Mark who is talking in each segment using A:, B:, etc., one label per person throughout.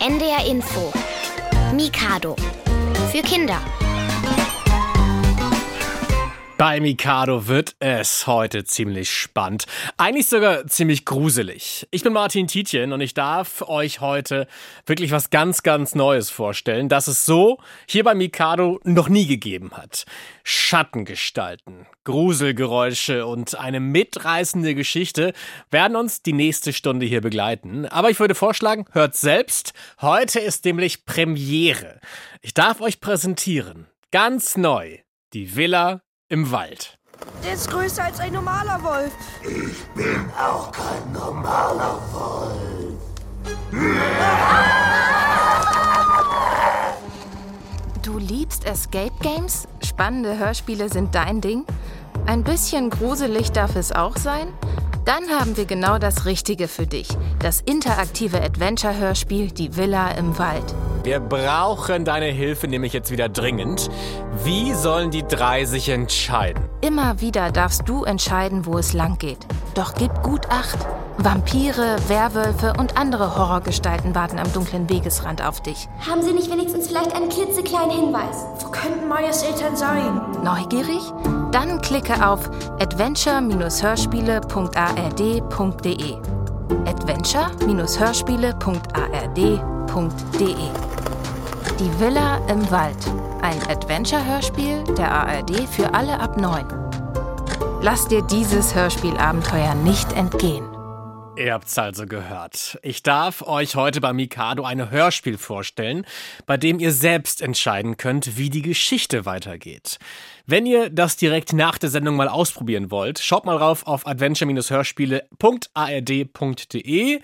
A: NDR Info. Mikado. Für Kinder.
B: Bei Mikado wird es heute ziemlich spannend. Eigentlich sogar ziemlich gruselig. Ich bin Martin Tietjen und ich darf euch heute wirklich was ganz, ganz Neues vorstellen, das es so hier bei Mikado noch nie gegeben hat. Schattengestalten, Gruselgeräusche und eine mitreißende Geschichte werden uns die nächste Stunde hier begleiten. Aber ich würde vorschlagen, hört selbst. Heute ist nämlich Premiere. Ich darf euch präsentieren. Ganz neu. Die Villa im Wald.
C: Der ist größer als ein normaler Wolf.
D: Ich bin auch kein normaler Wolf.
E: Du liebst Escape Games? Spannende Hörspiele sind dein Ding? Ein bisschen gruselig darf es auch sein? Dann haben wir genau das Richtige für dich. Das interaktive Adventure-Hörspiel Die Villa im Wald.
B: Wir brauchen deine Hilfe nämlich jetzt wieder dringend. Wie sollen die drei sich entscheiden?
E: Immer wieder darfst du entscheiden, wo es lang geht. Doch gib gut Acht. Vampire, Werwölfe und andere Horrorgestalten warten am dunklen Wegesrand auf dich.
F: Haben Sie nicht wenigstens vielleicht einen klitzekleinen Hinweis?
C: Wo könnten Mayas Eltern sein?
E: Neugierig? Dann klicke auf adventure-hörspiele.ard.de. Adventure-hörspiele.ard.de. e. Die Villa im Wald. Ein Adventure-Hörspiel der ARD für alle ab 9. Lass dir dieses Hörspielabenteuer nicht entgehen.
B: Ihr habt's also gehört. Ich darf euch heute bei Mikado ein Hörspiel vorstellen, bei dem ihr selbst entscheiden könnt, wie die Geschichte weitergeht. Wenn ihr das direkt nach der Sendung mal ausprobieren wollt, schaut mal rauf auf adventure-hörspiele.ard.de. E.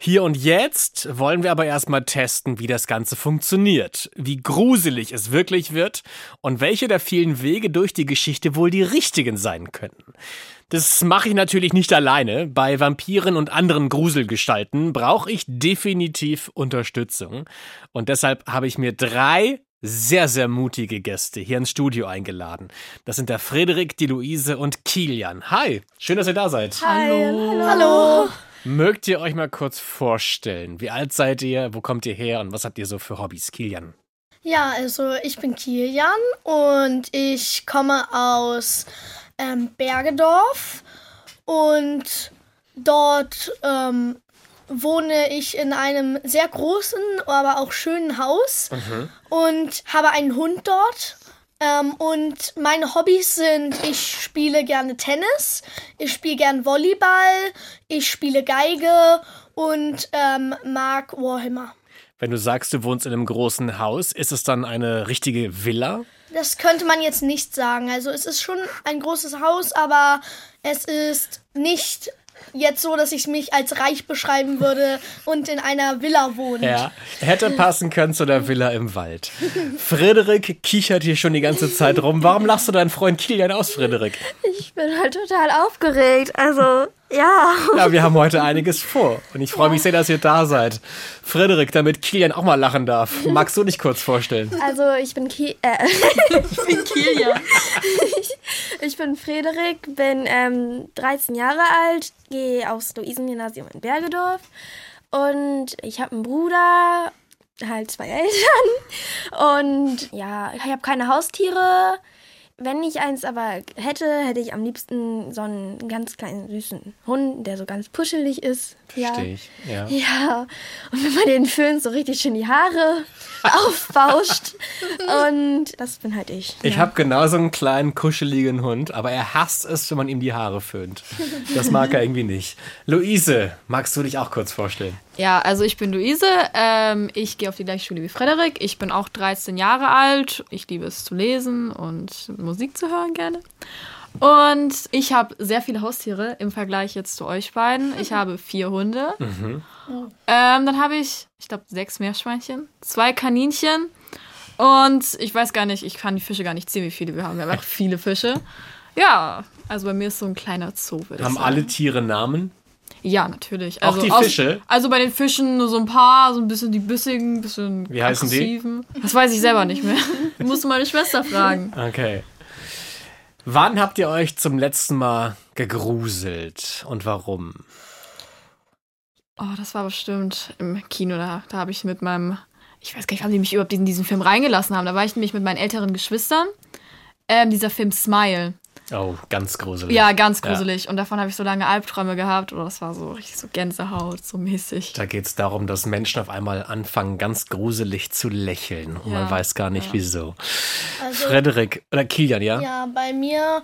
B: Hier und jetzt wollen wir aber erstmal testen, wie das Ganze funktioniert, wie gruselig es wirklich wird und welche der vielen Wege durch die Geschichte wohl die richtigen sein könnten. Das mache ich natürlich nicht alleine. Bei Vampiren und anderen Gruselgestalten brauche ich definitiv Unterstützung. Und deshalb habe ich mir drei sehr, sehr mutige Gäste hier ins Studio eingeladen. Das sind der Frederik, die Luise und Kilian. Hi, schön, dass ihr da seid.
C: Hallo. Hallo.
B: Mögt ihr euch mal kurz vorstellen? Wie alt seid ihr? Wo kommt ihr her? Und was habt ihr so für Hobbys? Kilian.
G: Ja, also ich bin Kilian und ich komme aus ähm, Bergedorf und dort ähm, wohne ich in einem sehr großen, aber auch schönen Haus
C: Mhm.
F: Mhm.
G: und habe einen Hund dort. Ähm, und meine Hobbys sind, ich spiele gerne Tennis, ich spiele gern Volleyball, ich spiele Geige und ähm, mag Warhammer.
B: Wenn du sagst, du wohnst in einem großen Haus, ist es dann eine richtige Villa?
G: Das könnte man jetzt nicht sagen. Also es ist schon ein großes Haus, aber es ist nicht jetzt so, dass ich mich als reich beschreiben würde und in einer Villa wohne.
B: Ja, hätte passen können zu der Villa im Wald. Frederik kichert hier schon die ganze Zeit rum. Warum lachst du deinen Freund Kilian aus, Frederik?
H: Ich bin halt total aufgeregt. Also, ja.
B: Ja, wir haben heute einiges vor und ich freue mich sehr, dass ihr da seid. Frederik, damit Kilian auch mal lachen darf, magst du dich kurz vorstellen?
H: Also, ich bin Ki äh, ich bin Kilian. ich, ich bin Frederik, bin ähm, 13 Jahre alt, gehe aufs Luisengymnasium in Bergedorf und ich habe einen Bruder, halt zwei Eltern und ja, ich habe keine Haustiere. Wenn ich eins aber hätte, hätte ich am liebsten so einen ganz kleinen süßen Hund, der so ganz puschelig ist.
B: Verstehe ich, ja.
H: Ja, und wenn man den Föhn so richtig schön die Haare aufbauscht. Und das bin halt ich.
B: Ich habe genauso einen kleinen, kuscheligen Hund, aber er hasst es, wenn man ihm die Haare föhnt. Das mag er irgendwie nicht. Luise, magst du dich auch kurz vorstellen?
I: Ja, also ich bin Luise. Ähm, ich gehe auf die gleiche Schule wie Frederik. Ich bin auch 13 Jahre alt. Ich liebe es zu lesen und Musik zu hören gerne. Und ich habe sehr viele Haustiere im Vergleich jetzt zu euch beiden. Ich habe vier Hunde.
J: Mhm.
B: Oh.
I: Ähm, dann habe ich, ich glaube, sechs Meerschweinchen, zwei Kaninchen und ich weiß gar nicht, ich kann die Fische gar nicht sehen, wie viele wir haben. Wir haben einfach viele Fische. Ja, also bei mir ist so ein kleiner Zoo. würd ich
B: Haben
I: sagen.
B: alle Tiere Namen?
I: Ja, natürlich.
B: Auch
I: Also
B: die
I: aus-
B: Fische?
I: also bei den Fischen nur so ein paar, so ein bisschen die bissigen, ein bisschen
B: Wie heißen die?
I: aggressiven. Das weiß ich selber nicht mehr. Musst du meine Schwester fragen.
B: Okay. Wann habt ihr euch zum letzten Mal gegruselt und warum?
I: Oh, das war bestimmt im Kino. Da, da habe ich mit meinem, ich weiß gar nicht, haben die mich überhaupt in diesen Film reingelassen haben. Da war ich nämlich mit meinen älteren Geschwistern. Ähm, dieser Film Smile.
B: Oh, ganz gruselig.
I: Ja, ganz gruselig. Und davon habe ich so lange Albträume gehabt. Oder das war so richtig so Gänsehaut, so mäßig.
B: Da geht es darum, dass Menschen auf einmal anfangen, ganz gruselig zu lächeln. Und man
I: Ja,
B: weiß gar nicht, wieso.
G: Also-
B: Frederik, oder Kilian, ja?
G: Ja, bei mir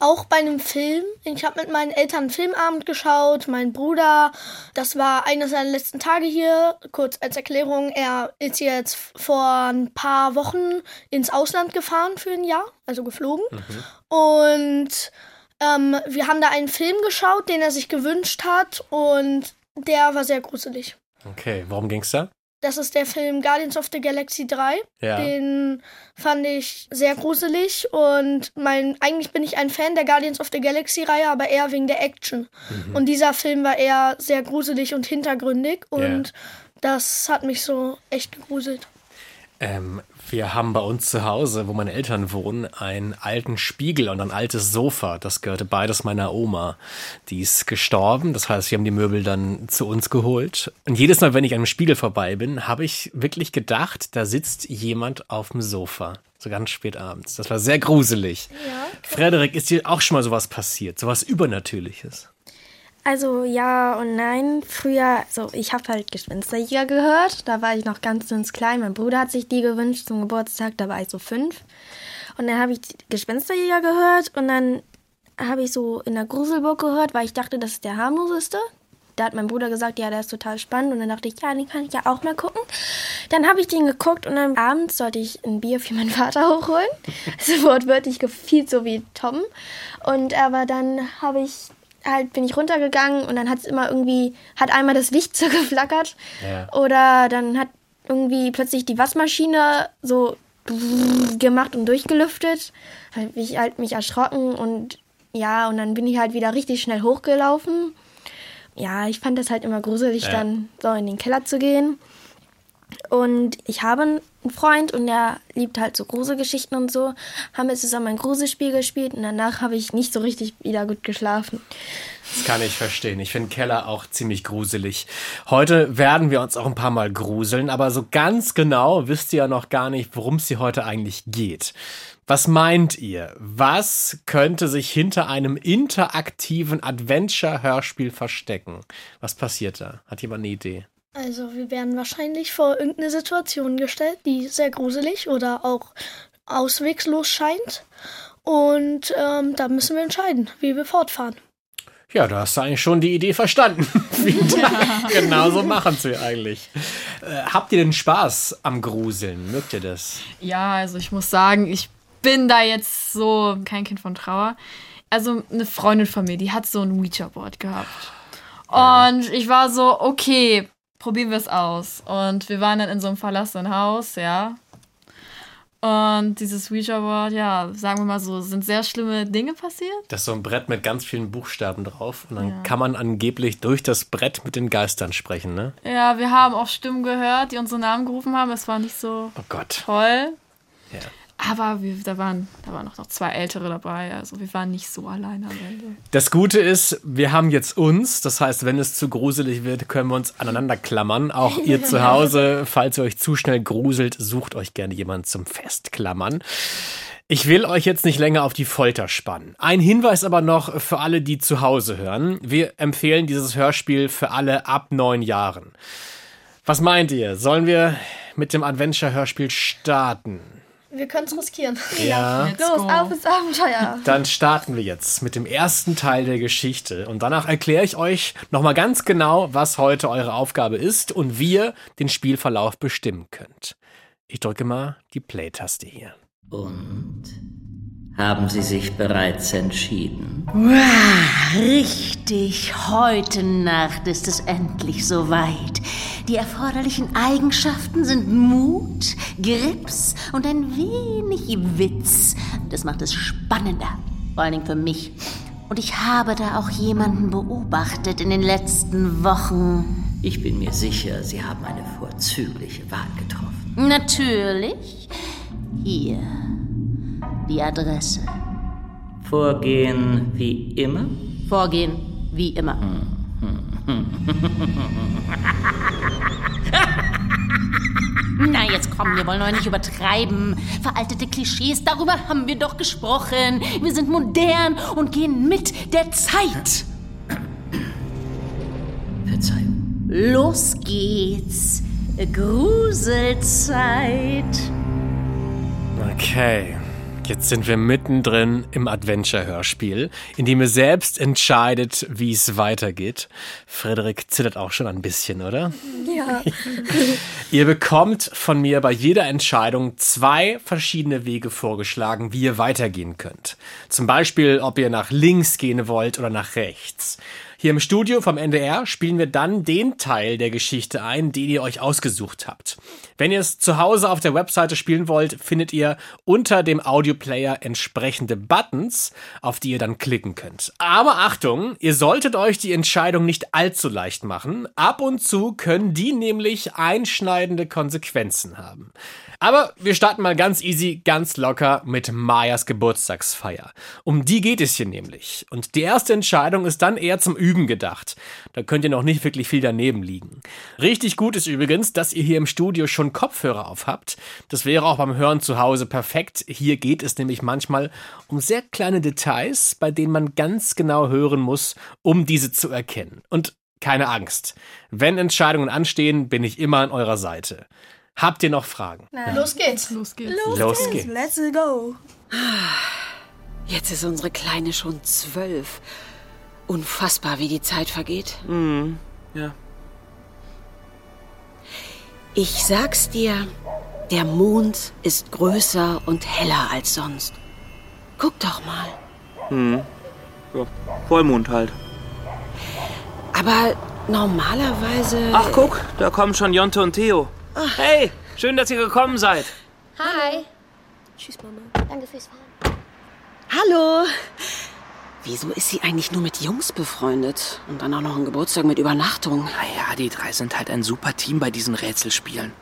G: auch bei einem Film. Ich habe mit meinen Eltern einen Filmabend geschaut, mein Bruder. Das war einer seiner letzten Tage hier. Kurz als Erklärung, er ist jetzt vor ein paar Wochen ins Ausland gefahren für ein Jahr, also geflogen. Und ähm, wir haben da einen Film geschaut, den er sich gewünscht hat und der war sehr gruselig.
B: Okay, worum ging's da?
G: Das ist der Film Guardians of the Galaxy 3.
B: Ja.
G: Den fand ich sehr gruselig und mein eigentlich bin ich ein Fan der Guardians of the Galaxy Reihe, aber eher wegen der Action. Und dieser Film war eher sehr gruselig und hintergründig und das hat mich so echt gegruselt.
B: Ähm, wir haben bei uns zu Hause, wo meine Eltern wohnen, einen alten Spiegel und ein altes Sofa. Das gehörte beides meiner Oma. Die ist gestorben. Das heißt, wir haben die Möbel dann zu uns geholt. Und jedes Mal, wenn ich an einem Spiegel vorbei bin, habe ich wirklich gedacht, da sitzt jemand auf dem Sofa. So ganz spät abends. Das war sehr gruselig. Frederik, ist dir auch schon mal sowas passiert? Sowas Übernatürliches?
H: Also ja und nein. Früher, also ich habe halt Gespensterjäger gehört. Da war ich noch ganz ganz klein. Mein Bruder hat sich die gewünscht zum Geburtstag. Da war ich so fünf. Und dann habe ich die Gespensterjäger gehört und dann habe ich so in der Gruselburg gehört, weil ich dachte, das ist der harmloseste. Da hat mein Bruder gesagt, ja, der ist total spannend. Und dann dachte ich, ja, den kann ich ja auch mal gucken. Dann habe ich den geguckt und dann abends sollte ich ein Bier für meinen Vater hochholen. Also wortwörtlich gefiel so wie Tom. Und aber dann habe ich halt bin ich runtergegangen und dann hat es immer irgendwie, hat einmal das Licht so geflackert.
B: Ja.
H: Oder dann hat irgendwie plötzlich die Waschmaschine so gemacht und durchgelüftet. Hab ich halt mich erschrocken und ja, und dann bin ich halt wieder richtig schnell hochgelaufen. Ja, ich fand das halt immer gruselig,
B: Ja.
H: dann so in den Keller zu gehen. Und ich habe einen Freund und der liebt halt so Gruselgeschichten und so. Haben wir zusammen ein Gruselspiel gespielt und danach habe ich nicht so richtig wieder gut geschlafen.
B: Das kann ich verstehen. Ich finde Keller auch ziemlich gruselig. Heute werden wir uns auch ein paar Mal gruseln, aber so ganz genau wisst ihr ja noch gar nicht, worum es hier heute eigentlich geht. Was meint ihr? Was könnte sich hinter einem interaktiven Adventure-Hörspiel verstecken? Was passiert da? Hat jemand eine Idee?
G: Also wir werden wahrscheinlich vor irgendeine Situation gestellt, die sehr gruselig oder auch auswegslos scheint. Und ähm, da müssen wir entscheiden, wie wir fortfahren.
B: Ja, da hast du eigentlich schon die Idee verstanden. Vielen Dank. genau so machen sie eigentlich. Äh, habt ihr denn Spaß am Gruseln? Mögt ihr das?
I: Ja, also ich muss sagen, ich bin da jetzt so kein Kind von Trauer. Also eine Freundin von mir, die hat so ein Ouija-Board gehabt. Und ich war so, okay, probieren wir es aus. Und wir waren dann in so einem verlassenen Haus, ja. Und dieses Ouija-Board, ja, sagen wir mal so, sind sehr schlimme Dinge passiert.
B: Das ist so ein Brett mit ganz vielen Buchstaben drauf und dann kann man angeblich durch das Brett mit den Geistern sprechen, ne?
I: Ja, wir haben auch Stimmen gehört, die unsere Namen gerufen haben. Es war nicht so
B: Oh Gott.
I: toll.
B: Ja.
I: Aber wir, da waren, da waren auch noch zwei Ältere dabei. Also wir waren nicht so allein am Ende.
B: Das Gute ist, wir haben jetzt uns, das heißt, wenn es zu gruselig wird, können wir uns aneinander klammern. Auch ihr zu Hause, falls ihr euch zu schnell gruselt, sucht euch gerne jemanden zum Festklammern. Ich will euch jetzt nicht länger auf die Folter spannen. Ein Hinweis aber noch für alle, die zu Hause hören. Wir empfehlen dieses Hörspiel für alle ab neun Jahren. Was meint ihr? Sollen wir mit dem Adventure-Hörspiel starten?
G: Wir können es riskieren.
B: Ja.
H: Los, auf ins Abenteuer!
B: Dann starten wir jetzt mit dem ersten Teil der Geschichte und danach erkläre ich euch nochmal ganz genau, was heute eure Aufgabe ist und wie ihr den Spielverlauf bestimmen könnt. Ich drücke mal die Play-Taste hier.
K: Und haben Sie sich bereits entschieden?
J: Richtig, heute Nacht ist es endlich soweit. Die erforderlichen Eigenschaften sind Mut, Grips und ein wenig Witz. Das macht es spannender, vor allen Dingen für mich. Und ich habe da auch jemanden beobachtet in den letzten Wochen.
K: Ich bin mir sicher, Sie haben eine vorzügliche Wahl getroffen.
J: Natürlich, hier die Adresse.
K: Vorgehen wie immer?
J: Vorgehen wie immer. Na, jetzt komm, wir wollen doch nicht übertreiben. Veraltete Klischees, darüber haben wir doch gesprochen. Wir sind modern und gehen mit der Zeit.
K: Verzeihung.
J: Los geht's. Gruselzeit.
B: Okay. Jetzt sind wir mittendrin im Adventure-Hörspiel, in dem ihr selbst entscheidet, wie es weitergeht. Frederik zittert auch schon ein bisschen, oder?
H: Ja.
B: Ihr bekommt von mir bei jeder Entscheidung zwei verschiedene Wege vorgeschlagen, wie ihr weitergehen könnt. Zum Beispiel, ob ihr nach links gehen wollt oder nach rechts. Hier im Studio vom NDR spielen wir dann den Teil der Geschichte ein, den ihr euch ausgesucht habt. Wenn ihr es zu Hause auf der Webseite spielen wollt, findet ihr unter dem Audioplayer entsprechende Buttons, auf die ihr dann klicken könnt. Aber Achtung, ihr solltet euch die Entscheidung nicht allzu leicht machen. Ab und zu können die nämlich einschneidende Konsequenzen haben. Aber wir starten mal ganz easy, ganz locker mit Mayas Geburtstagsfeier. Um die geht es hier nämlich. Und die erste Entscheidung ist dann eher zum Üben gedacht. Da könnt ihr noch nicht wirklich viel daneben liegen. Richtig gut ist übrigens, dass ihr hier im Studio schon Kopfhörer auf habt. Das wäre auch beim Hören zu Hause perfekt. Hier geht es nämlich manchmal um sehr kleine Details, bei denen man ganz genau hören muss, um diese zu erkennen. Und keine Angst. Wenn Entscheidungen anstehen, bin ich immer an eurer Seite. Habt ihr noch Fragen?
G: Los geht's. Los
I: geht's.
B: Los Los geht's. geht's.
C: Let's go.
L: Jetzt ist unsere Kleine schon zwölf. Unfassbar, wie die Zeit vergeht.
M: Mhm. Ja.
L: Ich sag's dir, der Mond ist größer und heller als sonst. Guck doch mal.
M: Mhm. Ja. Vollmond halt.
L: Aber normalerweise.
M: Ach guck, da kommen schon Jonte und Theo. Hey, schön, dass ihr gekommen seid.
F: Hi. Tschüss, Mama. Danke fürs Fahren.
L: Hallo. Wieso ist sie eigentlich nur mit Jungs befreundet? Und dann auch noch einen Geburtstag mit Übernachtung.
M: Naja, die drei sind halt ein super Team bei diesen Rätselspielen.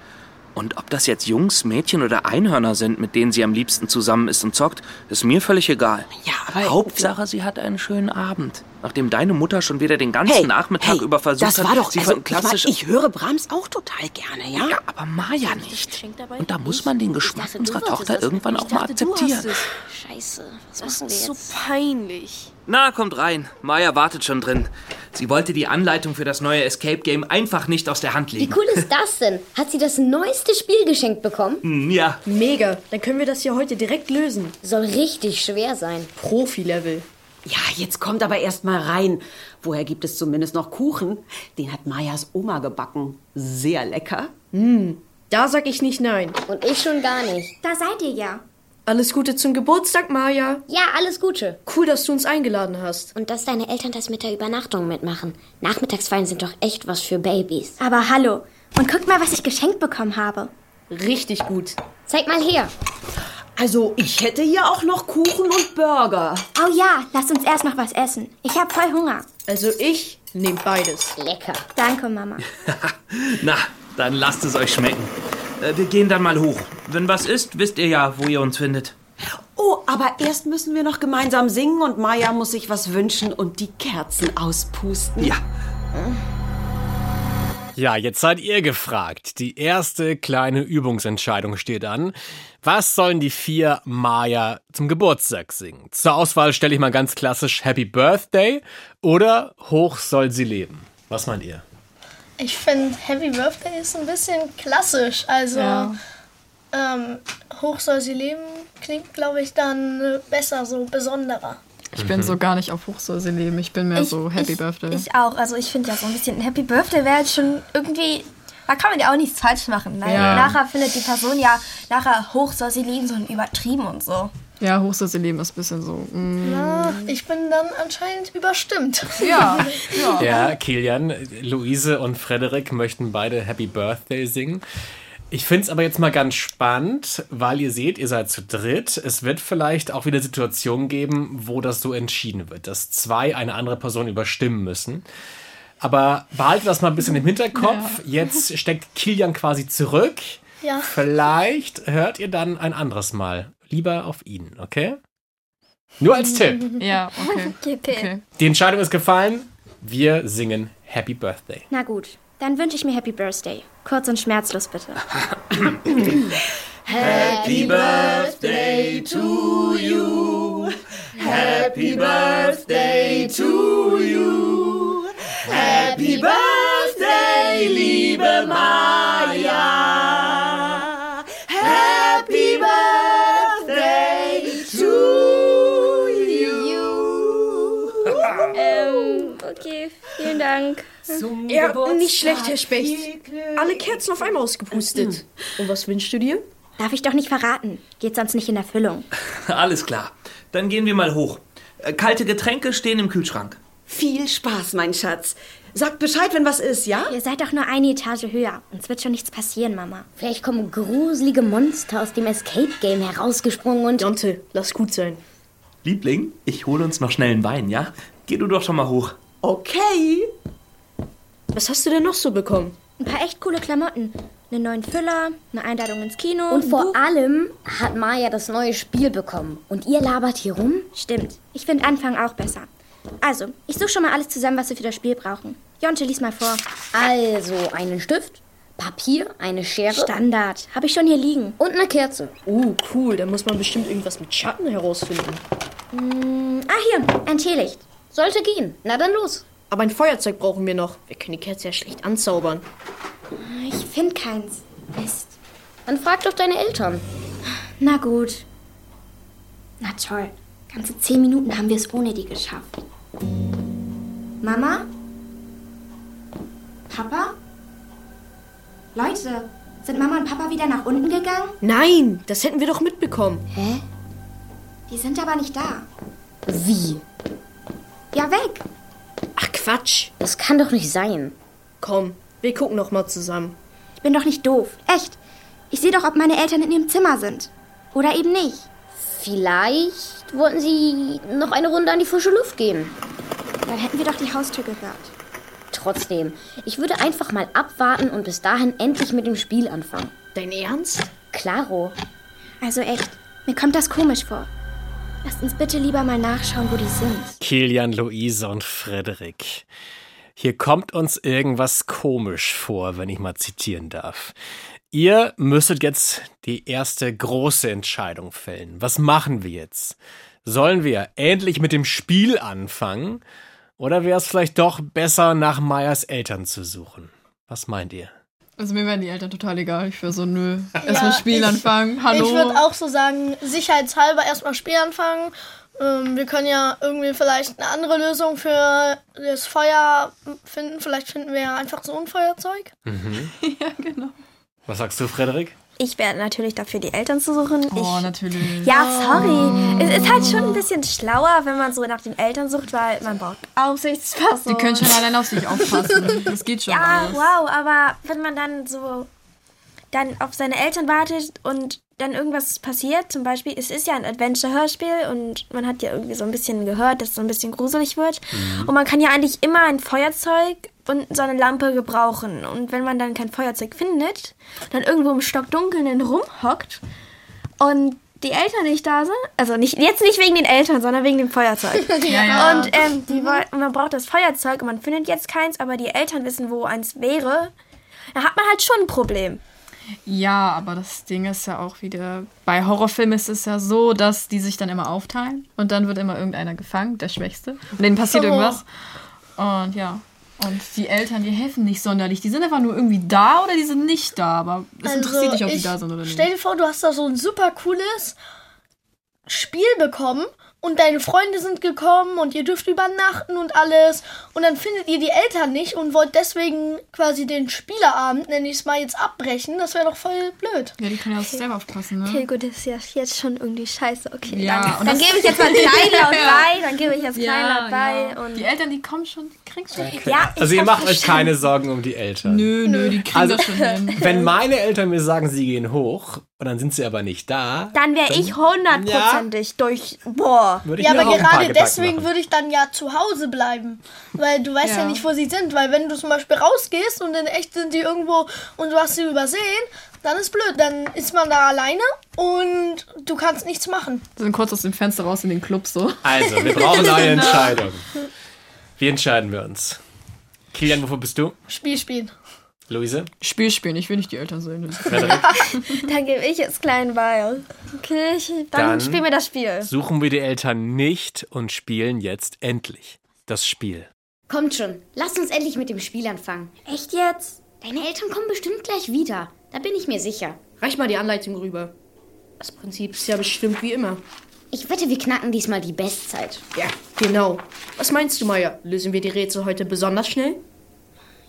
M: Und ob das jetzt Jungs, Mädchen oder Einhörner sind, mit denen sie am liebsten zusammen ist und zockt, ist mir völlig egal.
L: Ja, aber.
M: Hauptsache, sie hat einen schönen Abend. Nachdem deine Mutter schon wieder den ganzen
L: Hey,
M: Nachmittag
L: hey,
M: über versucht
L: das
M: hat,
L: war doch-
M: sie
L: also,
M: von
L: ich
M: klassisch.
L: meine, ich höre Brahms auch total gerne, ja?
M: Ja, aber Maya nicht. Und da muss man den Geschmack unserer Tochter irgendwann auch mal akzeptieren.
F: Scheiße. Was
I: Das
F: machen wir
I: ist
F: jetzt?
I: so peinlich.
M: Na, kommt rein. Maya wartet schon drin. Sie wollte die Anleitung für das neue Escape Game einfach nicht aus der Hand
F: Wie
M: legen.
F: cool ist das denn? Hat sie das neueste Spiel geschenkt bekommen?
M: Hm, Ja.
F: Mega. Dann können wir das hier heute direkt lösen. Soll richtig schwer sein.
L: Profi-Level. Ja, jetzt kommt aber erst mal rein. Woher gibt es zumindest noch Kuchen? Den hat Mayas Oma gebacken. Sehr lecker.
N: Da sag ich nicht nein.
F: Und ich schon gar nicht. Da seid ihr ja.
N: Alles Gute zum Geburtstag, Maya.
F: Ja, alles Gute.
N: Cool, dass du uns eingeladen hast.
F: Und dass deine Eltern das mit der Übernachtung mitmachen. Nachmittagsfeiern sind doch echt was für Babys. Aber hallo. Und guck mal, was ich geschenkt bekommen habe.
N: Richtig gut.
F: Zeig mal her.
N: Also, ich hätte hier auch noch Kuchen und Burger.
O: Oh ja, lass uns erst noch was essen. Ich hab voll Hunger.
N: Also, ich nehme beides.
F: Lecker.
O: Danke, Mama.
M: Na, dann lasst es euch schmecken. Äh, Wir gehen dann mal hoch. Wenn was ist, wisst ihr ja, wo ihr uns findet.
L: Oh, aber erst müssen wir noch gemeinsam singen und Maya muss sich was wünschen und die Kerzen auspusten.
M: Ja.
B: Ja, jetzt seid ihr gefragt. Die erste kleine Übungsentscheidung steht an. Was sollen die vier Maya zum Geburtstag singen? Zur Auswahl stelle ich mal ganz klassisch Happy Birthday oder Hoch soll sie leben. Was meint ihr?
G: Ich finde Happy Birthday ist ein bisschen klassisch. Also
I: Ja.
G: ähm, hoch soll sie leben klingt, glaube ich, dann äh, besser, so besonderer.
I: Ich bin so gar nicht auf Hochsäuse leben. Ich bin mehr
H: Ich-
I: so Happy Birthday.
H: Ich auch. Also ich finde ja so ein bisschen ein Happy Birthday wäre jetzt schon irgendwie. Da kann man ja auch nichts falsch machen. Nein,
I: Ja.
H: nachher findet die Person ja nachher hoch soll sie leben, so ein übertrieben und so.
I: ja, Hochsäuse leben ist ein bisschen so. mm.
G: Na, ich bin dann anscheinend überstimmt.
I: Ja,
B: Ja, Kilian, Luise und Frederik möchten beide Happy Birthday singen. Ich finde es aber jetzt mal ganz spannend, weil ihr seht, ihr seid zu dritt. Es wird vielleicht auch wieder Situationen geben, wo das so entschieden wird, dass zwei eine andere Person überstimmen müssen. Aber behaltet das mal ein bisschen im Hinterkopf. Jetzt steckt Kilian quasi zurück.
G: Ja.
B: Vielleicht hört ihr dann ein anderes Mal. Lieber auf ihn, okay? Nur als Tipp.
I: Ja, okay.
H: okay.
B: Die Entscheidung ist gefallen. Wir singen Happy Birthday.
A: Na gut, dann wünsche ich mir Happy Birthday. Kurz und schmerzlos bitte.
J: Happy birthday to you. Happy birthday to you.
P: Äh.
J: Happy birthday, liebe Maya. Happy birthday to you.
Q: Ähm, okay, vielen Dank.
R: Zum
P: Ja,
R: Geburtstag
P: nicht schlecht, Herr Specht.
R: viel
P: Alle Kerzen auf einmal ausgepustet.
L: Mhm.
A: Und was wünschst du dir? Darf ich doch nicht verraten. Geht sonst nicht in Erfüllung.
M: Alles klar. Dann gehen wir mal hoch. Äh, Kalte Getränke stehen im Kühlschrank.
A: Viel Spaß, mein Schatz. Sagt Bescheid, wenn was ist, ja? Ihr seid doch nur eine Etage höher. Uns wird schon nichts passieren, Mama.
Q: Vielleicht kommen gruselige Monster aus dem Escape Game herausgesprungen und.
P: Jonte, lass gut sein.
M: Liebling, ich hole uns noch schnell einen Wein, ja? Geh du doch schon mal hoch.
P: Okay. Was hast du denn noch so bekommen?
A: Ein paar echt coole Klamotten. Einen neuen Füller, eine Einladung ins Kino.
Q: Und
A: ein
Q: vor
A: Buch.
Q: allem hat Maya das neue Spiel bekommen. Und ihr labert hier rum?
A: Stimmt. Ich finde Anfang auch besser. Also, ich suche schon mal alles zusammen, was wir für das Spiel brauchen. Jonte, lies mal vor.
Q: Also, einen Stift, Papier, eine Schere.
A: Standard. Habe ich schon hier liegen.
Q: Und eine Kerze.
P: Oh, cool. Dann muss man bestimmt irgendwas mit Schatten herausfinden.
H: Mm,
A: Hm,
Q: Ähm,
A: ah, hier. Ein Teelicht.
Q: Sollte gehen. Na dann los.
P: Aber ein Feuerzeug brauchen wir noch. Wir können die Kerze ja schlecht anzaubern.
A: Ich finde keins. Mist.
Q: Dann frag doch deine Eltern.
A: Na gut. Na toll. Ganze zehn Minuten haben wir es ohne die geschafft. Mama? Papa? Leute, sind Mama und Papa wieder nach unten gegangen?
P: Nein, das hätten wir doch mitbekommen.
A: Hä? Die sind aber nicht da.
Q: Wie?
A: Ja, weg.
P: Ach Quatsch.
Q: Das kann doch nicht sein.
P: Komm, wir gucken noch mal zusammen.
A: Ich bin doch nicht doof. Echt. Ich sehe doch, ob meine Eltern in ihrem Zimmer sind. Oder eben nicht.
Q: Vielleicht wollten sie noch eine Runde an die frische Luft gehen.
A: Dann hätten wir doch die Haustür gehört.
Q: Trotzdem, ich würde einfach mal abwarten und bis dahin endlich mit dem Spiel anfangen.
P: Dein Ernst?
Q: Klaro.
A: Also echt, mir kommt das komisch vor. Lasst uns bitte lieber mal nachschauen, wo die sind.
B: Kilian, Luise und Frederik. Hier kommt uns irgendwas komisch vor, wenn ich mal zitieren darf. Ihr müsstet jetzt die erste große Entscheidung fällen. Was machen wir jetzt? Sollen wir endlich mit dem Spiel anfangen? Oder wäre es vielleicht doch besser, nach Meyers Eltern zu suchen? Was meint ihr?
I: Also mir wären die Eltern total egal. Ich wäre so, nö.
G: Ja,
I: Erstmal Spiel
G: ich-
I: anfangen. Hallo.
G: Ich würde auch so sagen, sicherheitshalber erstmal Spiel anfangen. Ähm, wir können ja irgendwie vielleicht eine andere Lösung für das Feuer finden. Vielleicht finden wir ja einfach so ein Feuerzeug.
B: Mhm. ja, genau. Was sagst du, Frederik?
H: Ich wäre natürlich dafür, die Eltern zu suchen.
I: Oh,
H: ich,
I: natürlich. Oh.
H: ja, sorry. Es ist halt schon ein bisschen schlauer, wenn man so nach den Eltern sucht, weil man braucht Aufsichtsperson.
I: Die können schon allein auf sich aufpassen. Das geht schon
H: Ja,
I: alles.
H: wow, aber wenn man dann so dann auf seine Eltern wartet und dann irgendwas passiert, zum Beispiel, es ist ja ein Adventure-Hörspiel und man hat ja irgendwie so ein bisschen gehört, dass es so ein bisschen gruselig wird. Und man kann ja eigentlich immer ein Feuerzeug und so eine Lampe gebrauchen. Und wenn man dann kein Feuerzeug findet, dann irgendwo im Stockdunkeln rumhockt und die Eltern nicht da sind, also nicht, jetzt nicht wegen den Eltern, sondern wegen dem Feuerzeug.
G: Ja, ja.
H: Und ähm, die woll- und man braucht das Feuerzeug und man findet jetzt keins, aber die Eltern wissen, wo eins wäre. Da hat man halt schon ein Problem.
I: Ja, aber das Ding ist ja auch wieder, bei Horrorfilmen ist es ja so, dass die sich dann immer aufteilen und dann wird immer irgendeiner gefangen, der Schwächste. Und denen passiert
G: Oh.
I: irgendwas. Und ja. Und die Eltern, die helfen nicht sonderlich. Die sind einfach nur irgendwie da oder die sind nicht da. Aber es
H: Also,
I: interessiert dich, ob die
G: Also, ich-
I: da sind oder nicht.
G: Stell dir vor, du hast da so ein super cooles Spiel bekommen und deine Freunde sind gekommen und ihr dürft übernachten und alles. Und dann findet ihr die Eltern nicht und wollt deswegen quasi den Spielerabend, nenne ich es mal, jetzt abbrechen. Das wäre doch voll blöd.
I: Ja, die können ja auf sich selber aufpassen, ne?
H: gut, das ist ja jetzt schon irgendwie scheiße. Okay,
I: Ja, danke. und
H: dann
I: das-
H: gebe ich jetzt mal Kleinlaut bei, dann gebe ich jetzt
I: Ja,
H: Kleinlaut bei.
I: ja.
H: Und
I: Die Eltern, die kommen schon, die kriegen schon.
H: Ja,
B: Also ihr macht euch keine Sorgen um die Eltern. Also,
I: Nö, nö, die kriegen das schon hin.
B: Wenn meine Eltern mir sagen, sie gehen hoch und dann sind sie aber nicht da,
H: dann wäre ich hundertprozentig durch. Boah.
B: würde ich
G: Ja,
B: mir
G: aber
B: auch ein paar
G: gerade
B: Gedanken
G: deswegen
B: machen.
G: würde ich dann ja zu Hause bleiben. Weil du weißt ja.
I: Ja.
G: nicht, wo sie sind. Weil wenn du zum Beispiel rausgehst und in echt sind die irgendwo und du hast sie übersehen, dann ist blöd. Dann ist man da alleine und du kannst nichts machen.
I: Sind kurz aus dem Fenster raus in den Club so. Genau.
B: Also, wir brauchen eine Entscheidung. Wie entscheiden wir uns? Kilian, wofür bist du?
G: Spiel spielen.
B: Luise?
I: Spiel spielen, ich will nicht die Eltern sehen.
H: Dann gebe ich jetzt klein bei. Okay, ich, dann,
B: Dann
H: spielen wir das Spiel.
B: Suchen wir die Eltern nicht und spielen jetzt endlich das Spiel.
A: Kommt schon, lasst uns endlich mit dem Spiel anfangen. Echt jetzt? Deine Eltern kommen bestimmt gleich wieder. Da bin ich mir sicher.
S: Reich mal die Anleitung rüber. Das Prinzip ist ja bestimmt wie immer.
A: Ich wette, wir knacken diesmal die Bestzeit.
S: Ja, genau. Was meinst du, Maya? Lösen wir die Rätsel heute besonders schnell?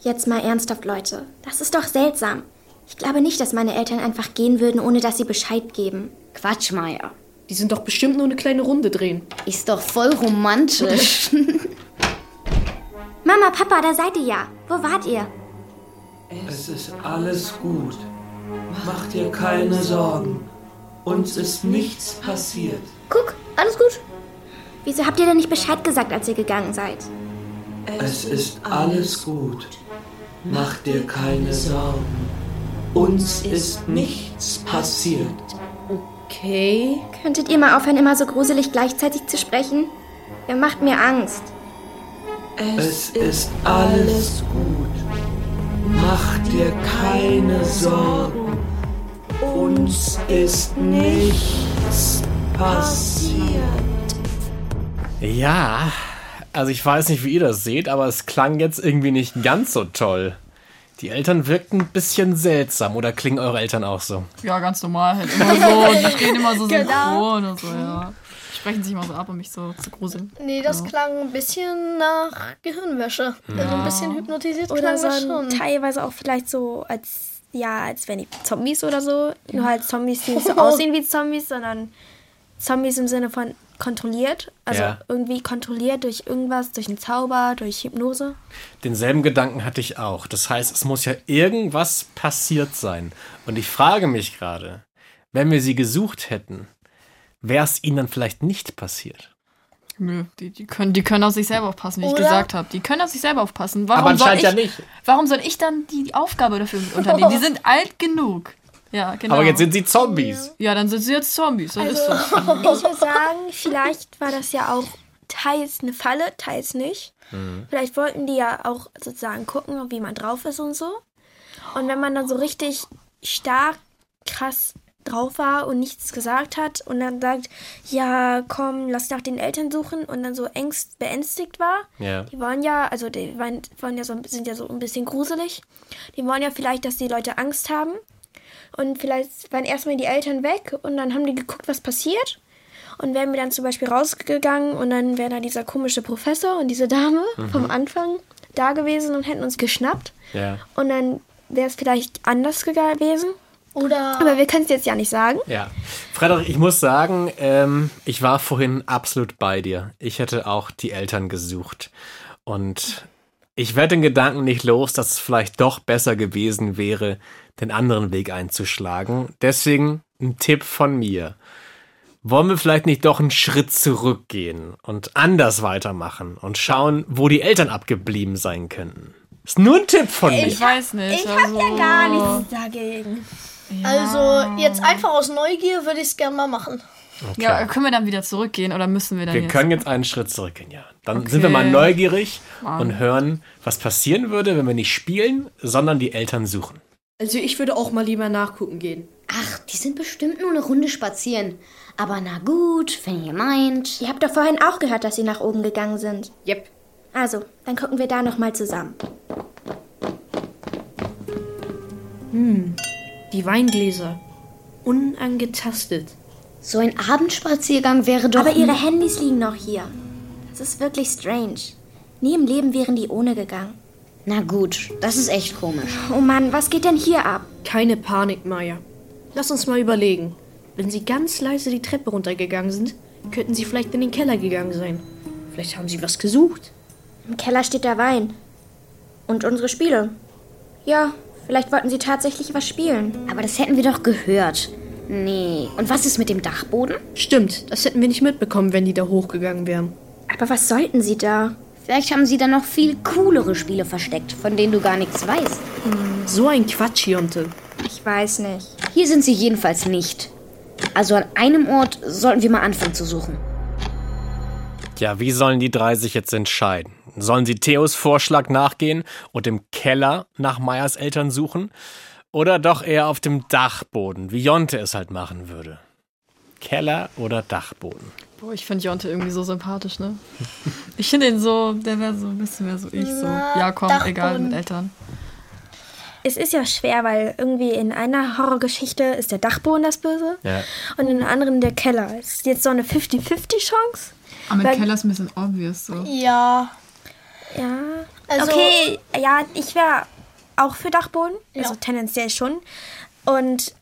O: Jetzt mal ernsthaft, Leute. Das ist doch seltsam. Ich glaube nicht, dass meine Eltern einfach gehen würden, ohne dass sie Bescheid geben.
A: Quatsch, Maya.
S: Die sind doch bestimmt nur eine kleine Runde drehen.
A: Ist doch voll romantisch.
O: Mama, Papa, da seid ihr ja. Wo wart ihr?
D: Es ist alles gut. Mach dir keine Sorgen. Uns ist nichts passiert.
O: Guck, alles gut. Wieso habt ihr denn nicht Bescheid gesagt, als ihr gegangen seid?
D: Es ist alles gut. Mach dir keine Sorgen. Uns ist nichts passiert.
O: Okay. Könntet ihr mal aufhören, immer so gruselig gleichzeitig zu sprechen? Ihr macht mir Angst.
D: Es ist alles gut. Mach dir keine Sorgen. Uns ist nichts passiert.
B: Ja, also ich weiß nicht, wie ihr das seht, aber es klang jetzt irgendwie nicht ganz so toll. Die Eltern wirkten ein bisschen seltsam oder klingen eure Eltern auch so?
I: Ja, ganz normal. Halt immer so. Und die stehen immer so synchron und so, ja. Sprechen sich immer so ab, um mich so zu gruseln.
G: Nee, das klang ein bisschen nach Gehirnwäsche. Also ein bisschen hypnotisiert
H: Oder
G: klang
H: so
G: das
H: ein-
G: schon.
H: teilweise auch vielleicht so als, ja, als wären die Zombies oder so. Nur halt Zombies, die nicht so
G: Oh.
H: aussehen wie Zombies, sondern Zombies im Sinne von kontrolliert. Also
B: Ja.
H: irgendwie kontrolliert durch irgendwas, durch einen Zauber, durch Hypnose.
B: Denselben Gedanken hatte ich auch. Das heißt, es muss ja irgendwas passiert sein. Und ich frage mich gerade, wenn wir sie gesucht hätten, wäre es ihnen dann vielleicht nicht passiert?
I: Nö, die, die, können, die können auf sich selber aufpassen, wie
B: Oder?
I: ich gesagt habe. Die können auf sich selber aufpassen. Warum
B: Aber anscheinend
I: soll ich,
B: ja nicht.
I: Warum soll ich dann die, die Aufgabe dafür unternehmen? Die sind alt genug. Ja, genau.
B: Aber jetzt sind sie Zombies.
I: ja, dann sind sie jetzt Zombies. Dann
H: Also,
I: ist so.
H: ich würde sagen, vielleicht war das ja auch teils eine Falle, teils nicht.
I: Hm.
G: Mhm.
B: Hm.
H: Vielleicht wollten die ja auch sozusagen gucken, wie man drauf ist und so. Und wenn man dann so richtig stark, krass drauf war und nichts gesagt hat und dann sagt, ja, komm, lass nach den Eltern suchen und dann so ängst beängstigt war,
C: Ja.
H: die wollen ja, also die waren, waren ja so, ein- sind ja so ein bisschen gruselig. Die wollen ja vielleicht, dass die Leute Angst haben. Und vielleicht waren erstmal die Eltern weg und dann haben die geguckt, was passiert. Und wären wir dann zum Beispiel rausgegangen und dann wäre da dieser komische Professor und diese Dame
C: Mhm.
H: vom Anfang da gewesen und hätten uns geschnappt.
B: Ja.
H: Und dann wäre es vielleicht anders gega- gewesen.
G: Oder.
H: Aber wir können es jetzt ja nicht sagen.
B: Ja. Frederik, ich muss sagen, ähm, ich war vorhin absolut bei dir. Ich hätte auch die Eltern gesucht. Und ich werde den Gedanken nicht los, dass es vielleicht doch besser gewesen wäre, den anderen Weg einzuschlagen. Deswegen ein Tipp von mir. Wollen wir vielleicht nicht doch einen Schritt zurückgehen und anders weitermachen und schauen, wo die Eltern abgeblieben sein könnten? Ist nur ein Tipp von mir.
I: Ich weiß nicht. also
G: ich hab ja gar nichts
H: dagegen.
G: Also, jetzt einfach aus Neugier würde ich es gerne mal machen.
B: Okay.
I: Ja, können wir dann wieder zurückgehen oder müssen wir dann
B: Wir
I: jetzt?
B: können jetzt einen Schritt zurückgehen, ja. Dann
I: Okay.
B: sind wir mal neugierig
I: Wow.
B: und hören, was passieren würde, wenn wir nicht spielen, sondern die Eltern suchen.
S: Also ich würde auch mal lieber nachgucken gehen.
A: Ach, die sind bestimmt nur eine Runde spazieren. Aber na gut, wenn ihr meint.
O: Ihr habt doch vorhin auch gehört, dass sie nach oben gegangen sind.
S: Yep.
O: Also, dann gucken wir da nochmal zusammen.
S: Hm, die Weingläser. Unangetastet.
A: So ein Abendspaziergang wäre doch.
O: Aber ihre
A: ein-
O: Handys liegen noch hier. Das ist wirklich strange. Nie im Leben wären die ohne gegangen.
A: Na gut, das ist echt komisch.
O: Oh Mann, was geht denn hier ab?
S: Keine Panik, Maya. Lass uns mal überlegen. Wenn sie ganz leise die Treppe runtergegangen sind, könnten sie vielleicht in den Keller gegangen sein. Vielleicht haben sie was gesucht.
O: Im Keller steht der Wein. Und unsere Spiele. Ja, vielleicht wollten sie tatsächlich was spielen.
A: Aber das hätten wir doch gehört. Nee. Und was ist mit dem Dachboden?
S: Stimmt, das hätten wir nicht mitbekommen, wenn die da hochgegangen wären.
O: Aber was sollten sie da?
A: Vielleicht haben sie da noch viel coolere Spiele versteckt, von denen du gar nichts weißt.
S: So ein Quatsch, Jonte.
O: Ich weiß nicht.
A: Hier sind sie jedenfalls nicht. Also an einem Ort sollten wir mal anfangen zu suchen.
B: Ja, wie sollen die drei sich jetzt entscheiden? finden? Sollen sie Theos Vorschlag nachgehen und im Keller nach Meyers Eltern suchen? Oder doch eher auf dem Dachboden, wie Jonte es halt machen würde? Keller oder Dachboden?
I: Boah, ich finde Jonte irgendwie so sympathisch, ne? Ich finde ihn so, der wäre so ein bisschen mehr so ich so.
H: Na,
I: Ja, komm,
H: Dachboden.
I: egal, mit Eltern.
H: Es ist ja schwer, weil irgendwie in einer Horrorgeschichte ist der Dachboden das Böse
I: Ja.
H: und in der anderen der Keller. Es ist jetzt so eine 50-50-Chance.
I: Aber im
H: Weil-
I: Keller ist ein bisschen obvious so.
H: Ja. Ja.
G: Also-
H: okay, ja, ich wäre auch für Dachboden.
G: Ja.
H: Also tendenziell schon. Und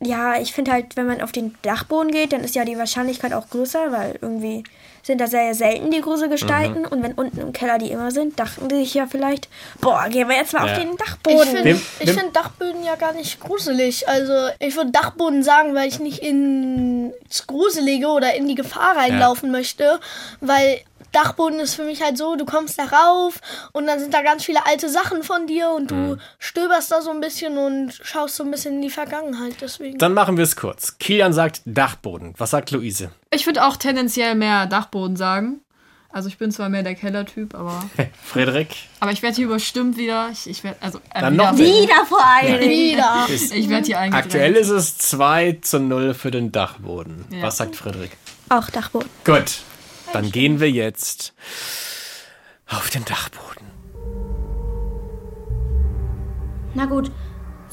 H: ja, ich finde halt, wenn man auf den Dachboden geht, dann ist ja die Wahrscheinlichkeit auch größer, weil irgendwie sind da sehr selten die große Gestalten.
G: Mhm.
H: Und wenn unten im Keller die immer sind, dachten die sich ja vielleicht, boah, gehen wir jetzt mal
B: Ja.
H: auf den Dachboden.
G: Ich
B: Wem-
G: finde
B: wem-
G: find Dachböden ja gar nicht gruselig. Also ich würde Dachboden sagen, weil ich nicht ins Gruselige oder in die Gefahr reinlaufen möchte. Weil Dachboden ist für mich halt so, du kommst da rauf und dann sind da ganz viele alte Sachen von dir und du
B: Mhm.
G: stöberst da so ein bisschen und schaust so ein bisschen in die Vergangenheit. Deswegen.
B: Dann machen wir es kurz. Kilian sagt Dachboden. Was sagt Luise?
I: Ich würde auch tendenziell mehr Dachboden sagen. Also ich bin zwar mehr der Kellertyp, aber
B: Frederik?
I: aber ich werde hier überstimmt wieder. Ich, ich werde also äh,
B: Dann noch mehr. Wieder
J: vor allen
I: Dingen.
J: Wieder.
I: Ich werde hier eingedrängt.
B: Aktuell ist es 2 zu 0 für den Dachboden.
I: Ja.
B: Was sagt Frederik?
H: Auch Dachboden.
B: Gut, dann gehen wir jetzt auf den Dachboden.
O: Na gut,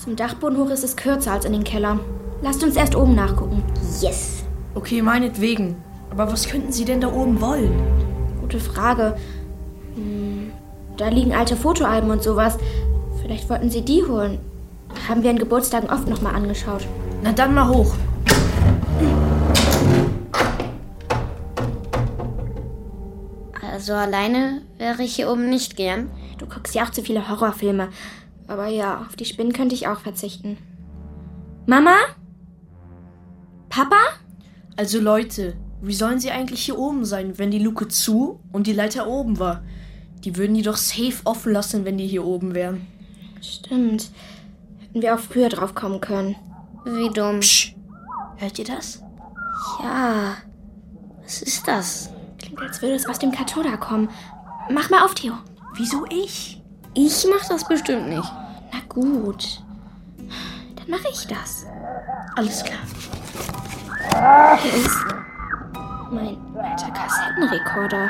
O: zum Dachboden hoch ist es kürzer als in den Keller. Lasst uns erst oben nachgucken. Yes.
C: Okay, meinetwegen. Aber was könnten Sie denn da oben wollen?
O: Gute Frage. Hm, da liegen alte Fotoalben und sowas. Vielleicht wollten sie die holen. Haben wir an Geburtstagen oft nochmal angeschaut.
C: Na dann mal hoch.
A: Also alleine wäre ich hier oben nicht gern.
O: Du guckst ja auch zu viele Horrorfilme. Aber ja, auf die Spinnen könnte ich auch verzichten.
C: Mama?
O: Papa?
C: Also Leute, wie sollen sie eigentlich hier oben sein, wenn die Luke zu und die Leiter oben war? Die würden die doch safe offen lassen, wenn die hier oben wären.
O: Stimmt. Hätten wir auch früher drauf kommen können. Wie dumm. Psst. Hört ihr das? Ja. Was ist das? Klingt, als würde es aus dem Kathoda kommen. Mach mal auf, Theo. Wieso ich? Ich mach das bestimmt nicht. Na gut. Dann mache ich das. Alles klar. Hier ist mein alter Kassettenrekorder.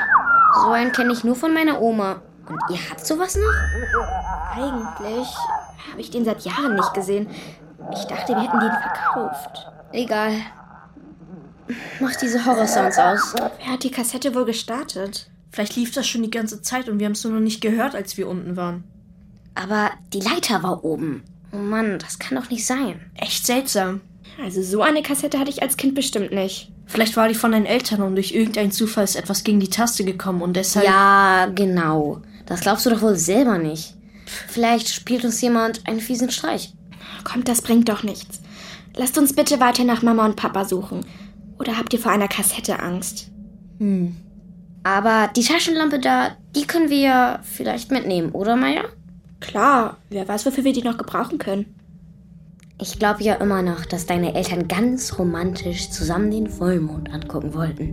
A: So einen kenne ich nur von meiner Oma. Und ihr habt sowas noch?
O: Eigentlich habe ich den seit Jahren nicht gesehen. Ich dachte, wir hätten den verkauft. Egal.
A: Mach diese Horror-Sounds aus.
O: Wer hat die Kassette wohl gestartet?
C: Vielleicht lief das schon die ganze Zeit und wir haben es nur noch nicht gehört, als wir unten waren.
A: Aber die Leiter war oben. Oh Mann, das kann doch nicht sein.
C: Echt seltsam.
O: Also so eine Kassette hatte ich als Kind bestimmt nicht.
C: Vielleicht war die von deinen Eltern und durch irgendeinen Zufall ist etwas gegen die Taste gekommen und deshalb.
A: Ja, genau. Das glaubst du doch wohl selber nicht. Vielleicht spielt uns jemand einen fiesen Streich.
O: Kommt, das bringt doch nichts. Lasst uns bitte weiter nach Mama und Papa suchen. Oder habt ihr vor einer Kassette Angst?
A: Hm. Aber die Taschenlampe da, die können wir ja vielleicht mitnehmen, oder Maya?
O: Klar, wer weiß, wofür wir die noch gebrauchen können.
A: Ich glaube ja immer noch, dass deine Eltern ganz romantisch zusammen den Vollmond angucken wollten.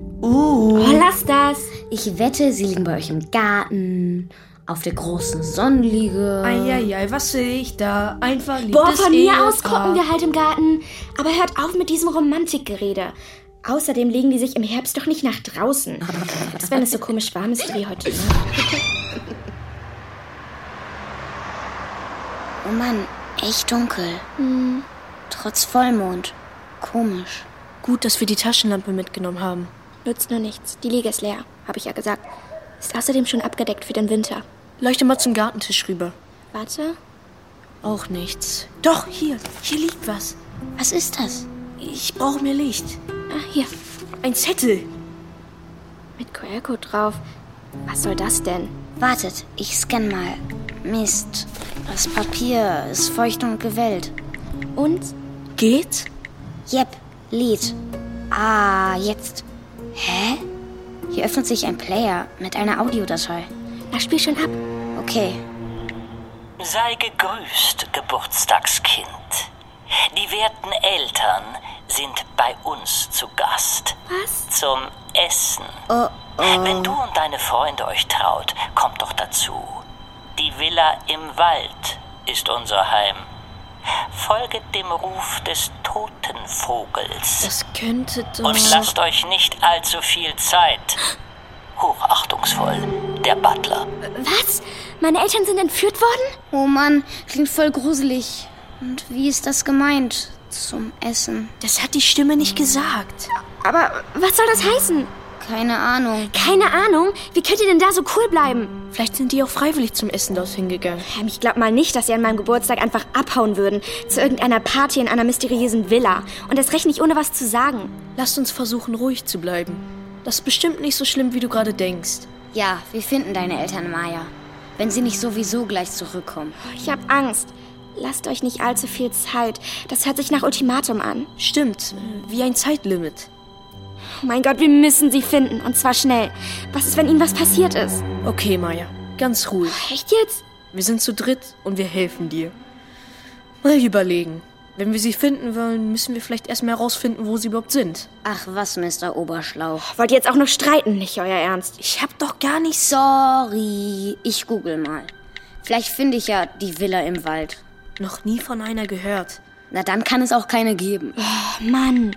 O: Oh,
H: Uh.
O: lass das.
A: Ich wette, sie liegen bei euch im Garten, auf der großen Sonnenliege.
C: Eieiei, was sehe ich da? Ein verliebtes
O: Boah, von mir aus
C: Ehepaar.
O: gucken wir halt im Garten. Aber hört auf mit diesem Romantikgerede. Außerdem legen die sich im Herbst doch nicht nach draußen. Was, wenn es so komisch warm ist wie heute. ne?
A: Oh Mann, echt dunkel.
O: Hm.
A: Trotz Vollmond. Komisch.
H: Gut, dass wir die Taschenlampe mitgenommen haben.
O: Nützt nur nichts. Die Liege ist leer, habe ich ja gesagt. Ist außerdem schon abgedeckt für den Winter.
H: Leuchte mal zum Gartentisch rüber.
O: Warte.
H: Auch nichts.
C: Doch, hier. Hier liegt was.
A: Was ist das?
C: Ich brauche mehr Licht.
O: Ah, hier.
C: Ein Zettel.
O: Mit QR-Code drauf. Was soll das denn?
A: Wartet, ich scanne mal. Mist. Das Papier ist feucht und gewellt.
O: Und?
A: Geht? Jep, lädt. Ah, jetzt. Hä? Hier öffnet sich ein Player mit einer Audiodatei.
O: Na, spiel schon ab.
A: Okay.
T: Sei gegrüßt, Geburtstagskind. Die werten Eltern sind bei uns zu Gast.
O: Was?
T: Zum Essen.
A: Oh,
K: Äh,
T: Wenn du und deine Freunde euch traut, kommt doch dazu. Die Villa im Wald ist unser Heim. Folget dem Ruf des Totenvogels.
C: Das könnte doch...
T: Und lasst euch nicht allzu viel Zeit. Hochachtungsvoll, der Butler.
A: Was? Meine Eltern sind entführt worden? Oh Mann, klingt voll gruselig. Und wie ist das gemeint? Zum Essen. Das hat die Stimme nicht gesagt.
F: Aber was soll das heißen?
A: Keine Ahnung.
F: Keine Ahnung? Wie könnt ihr denn da so cool bleiben?
S: Vielleicht sind die auch freiwillig zum Essen dorthin gegangen.
F: Ähm, Ich glaub mal nicht, dass sie an meinem Geburtstag einfach abhauen würden. Zu irgendeiner Party in einer mysteriösen Villa. Und das recht nicht ohne was zu sagen.
S: Lasst uns versuchen, ruhig zu bleiben. Das ist bestimmt nicht so schlimm, wie du gerade denkst.
A: Ja, wir finden deine Eltern, Maya. Wenn sie nicht sowieso gleich zurückkommen.
F: Ich hab Angst. Lasst euch nicht allzu viel Zeit. Das hört sich nach Ultimatum an.
S: Stimmt, wie ein Zeitlimit.
F: Oh mein Gott, wir müssen sie finden. Und zwar schnell. Was ist, wenn ihnen was passiert ist? Oh,
S: Okay, Maya, ganz ruhig.
F: Echt jetzt?
S: Wir sind zu dritt und wir helfen dir. Mal überlegen. Wenn wir sie finden wollen, müssen wir vielleicht erstmal herausfinden, wo sie überhaupt sind.
A: Ach was, Mr. Oberschlauch.
F: Oh, Wollt ihr jetzt auch noch streiten? Nicht euer Ernst.
A: Ich hab doch gar nicht... Sorry. Ich google mal. Vielleicht finde ich ja die Villa im Wald.
S: Noch nie von einer gehört.
A: Na, dann kann es auch keine geben.
F: Oh, Mann.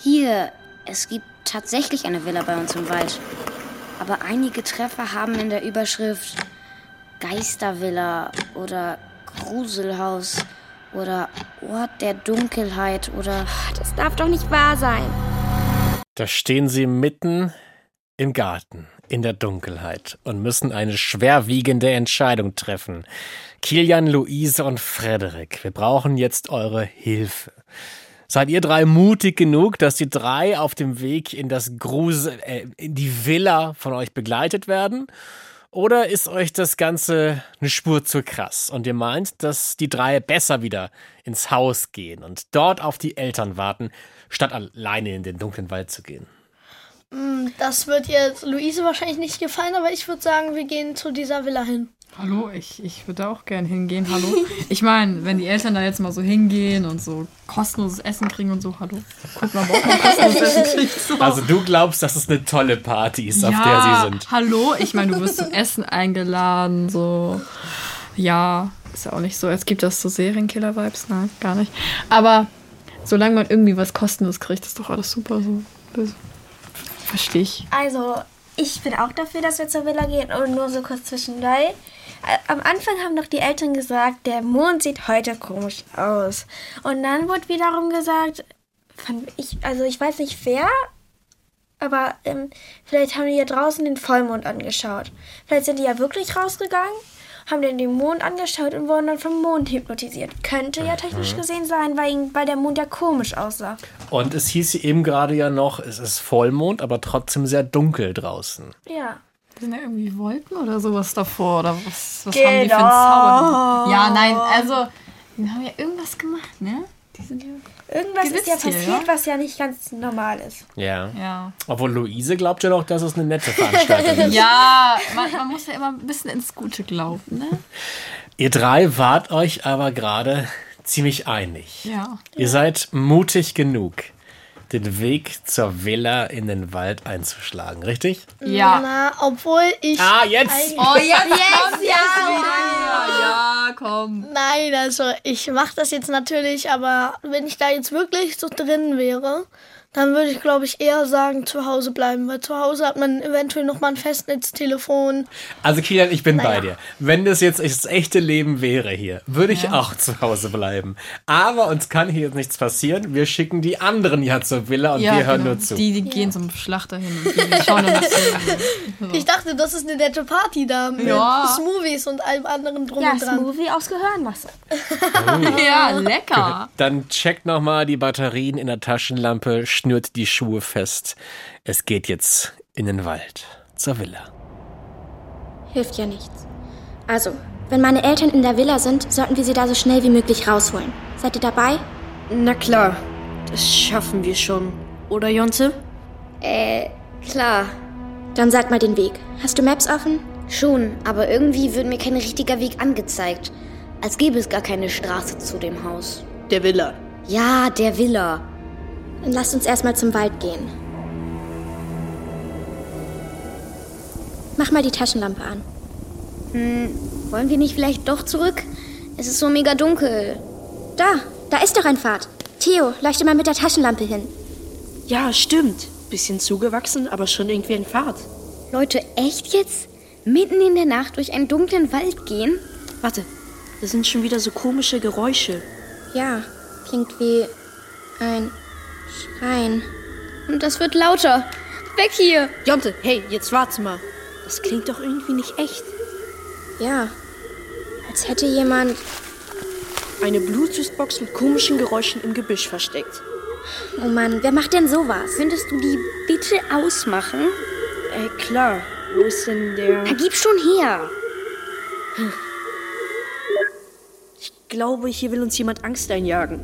A: Hier, es gibt tatsächlich eine Villa bei uns im Wald. Aber einige Treffer haben in der Überschrift Geistervilla oder Gruselhaus oder Ort der Dunkelheit oder...
F: Das darf doch nicht wahr sein.
B: Da stehen sie mitten im Garten, in der Dunkelheit und müssen eine schwerwiegende Entscheidung treffen. Kilian, Luise und Frederik, wir brauchen jetzt eure Hilfe. Seid ihr drei mutig genug, dass die drei auf dem Weg in das Grusel, äh, in die Villa von euch begleitet werden? Oder ist euch das Ganze eine Spur zu krass und ihr meint, dass die drei besser wieder ins Haus gehen und dort auf die Eltern warten, statt alleine in den dunklen Wald zu gehen?
G: Mm, Das wird jetzt Luise wahrscheinlich nicht gefallen, aber ich würde sagen, wir gehen zu dieser Villa hin.
I: Hallo, ich, ich würde auch gern hingehen, hallo. Ich meine, wenn die Eltern da jetzt mal so hingehen und so kostenloses Essen kriegen und so, hallo. Guck mal, warum man kostenloses Essen kriegt. So.
B: Also du glaubst, dass es eine tolle Party ist, auf der
I: Ja,
B: sie sind.
I: hallo, ich meine, du wirst zum Essen eingeladen, so. Ja, ist ja auch nicht so, als gibt das so Serienkiller-Vibes, nein, gar nicht. Aber solange man irgendwie was Kostenloses kriegt, ist doch alles super, so. Das verstehe ich.
H: Also, ich bin auch dafür, dass wir zur Villa gehen und nur so kurz zwischendurch. Ä- Am Anfang haben noch die Eltern gesagt, der Mond sieht heute komisch aus. Und dann wurde wiederum gesagt, von, ich, also ich weiß nicht wer, aber ähm, vielleicht haben die ja draußen den Vollmond angeschaut. Vielleicht sind die ja wirklich rausgegangen, haben dann den Mond angeschaut und wurden dann vom Mond hypnotisiert. Könnte ja technisch
B: Mhm.
H: gesehen sein, weil, ihnen- weil der Mond ja komisch aussah.
B: Und es hieß eben gerade ja noch, es ist Vollmond, aber trotzdem sehr dunkel draußen.
H: Ja.
I: Sind da irgendwie Wolken oder sowas davor? Oder was, was
H: Genau.
I: haben die für einen Zauber? Ja, nein, also, die haben ja irgendwas gemacht, ne? Die sind ja.
H: Irgendwas ist ja
I: Gewitztier,
H: passiert,
I: ja?
H: was ja nicht ganz normal ist.
B: Ja.
I: Ja.
B: Obwohl Luise glaubt ja noch, dass es eine nette Veranstaltung ist.
I: Ja, man, man muss ja immer ein bisschen ins Gute glauben, ne?
B: Ihr drei wart euch aber gerade ziemlich einig.
I: Ja.
B: Ihr seid mutig genug, den Weg zur Villa in den Wald einzuschlagen, richtig?
I: Ja.
G: Na, obwohl ich.
B: Ah, jetzt.
G: eigentlich-
I: Oh, jetzt kommt's
G: ja,
I: erst wieder.
G: wow.
I: Ja, komm.
G: Nein, also ich mache das jetzt natürlich, aber wenn ich da jetzt wirklich so drin wäre, dann würde ich, glaube ich, eher sagen, zu Hause bleiben, weil zu Hause hat man eventuell noch mal ein Festnetztelefon.
B: Also Kilian, ich bin
G: Naja.
B: bei dir. Wenn das jetzt das echte Leben wäre hier, würde ich auch zu Hause bleiben. Aber uns kann hier jetzt nichts passieren. Wir schicken die anderen ja zur Villa und
I: ja,
B: wir hören
I: genau.
B: nur zu.
I: Die, die gehen zum Schlachter hin und die schauen dann was
G: Ich dachte, das ist eine nette Party da mit
I: Ja.
G: Smoothies und allem anderen drum
H: Ja,
G: und dran.
H: Smoothie aufs Gehirn machst
I: Ja, lecker.
B: Oh. Dann checkt nochmal die Batterien in der Taschenlampe, schnürt die Schuhe fest. Es geht jetzt in den Wald zur Villa.
F: Hilft ja nichts. Also, wenn meine Eltern in der Villa sind, sollten wir sie da so schnell wie möglich rausholen. Seid ihr dabei?
S: Na klar, das schaffen wir schon. Oder, Jonte?
A: Äh, klar.
F: Dann sag mal den Weg. Hast du Maps offen?
A: Schon, aber irgendwie wird mir kein richtiger Weg angezeigt. Als gäbe es gar keine Straße zu dem Haus.
S: Der Villa.
A: Ja, der Villa.
F: Dann lasst uns erstmal zum Wald gehen. Mach mal die Taschenlampe an.
A: Hm, wollen wir nicht vielleicht doch zurück? Es ist so mega dunkel.
F: Da, da ist doch ein Pfad. Theo, leuchte mal mit der Taschenlampe hin.
S: Ja, stimmt. Bisschen zugewachsen, aber schon irgendwie ein Pfad.
A: Leute, echt jetzt? Mitten in der Nacht durch einen dunklen Wald gehen?
S: Warte, da sind schon wieder so komische Geräusche.
F: Ja, klingt wie ein Schrein.
A: Und das wird lauter. Weg hier!
S: Jonte, hey, jetzt warte mal. Das klingt doch irgendwie nicht echt.
F: Ja, als hätte jemand
S: Eine Bluetooth-Box mit komischen Geräuschen im Gebüsch versteckt.
A: Oh Mann, wer macht denn sowas? Könntest du die bitte ausmachen?
S: Äh, klar. Wo ist denn der...
A: Na, gib schon her. Hm.
S: Ich glaube, hier will uns jemand Angst einjagen.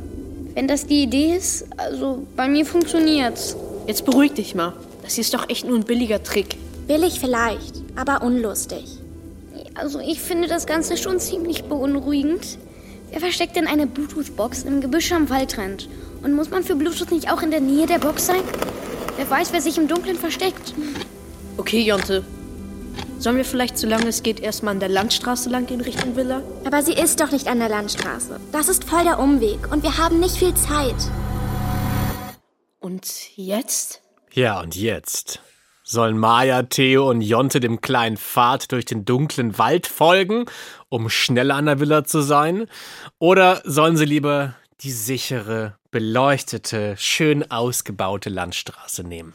A: Wenn das die Idee ist, also bei mir funktioniert's.
S: Jetzt beruhig dich mal. Das hier ist doch echt nur ein billiger Trick.
F: billig vielleicht, aber unlustig.
A: Also ich finde das Ganze schon ziemlich beunruhigend. Wer versteckt denn eine Bluetooth-Box im Gebüsch am Waldrand? Und muss man für Bluetooth nicht auch in der Nähe der Box sein? Wer weiß, wer sich im Dunkeln versteckt?
S: Okay, Jonte. Sollen wir vielleicht, solange es geht, erstmal an der Landstraße lang gehen Richtung Villa?
F: Aber sie ist doch nicht an der Landstraße. Das ist voll der Umweg und wir haben nicht viel Zeit.
S: Und jetzt?
B: Ja, und jetzt sollen Maya, Theo und Jonte dem kleinen Pfad durch den dunklen Wald folgen, um schneller an der Villa zu sein? Oder sollen sie lieber die sichere, beleuchtete, schön ausgebaute Landstraße nehmen?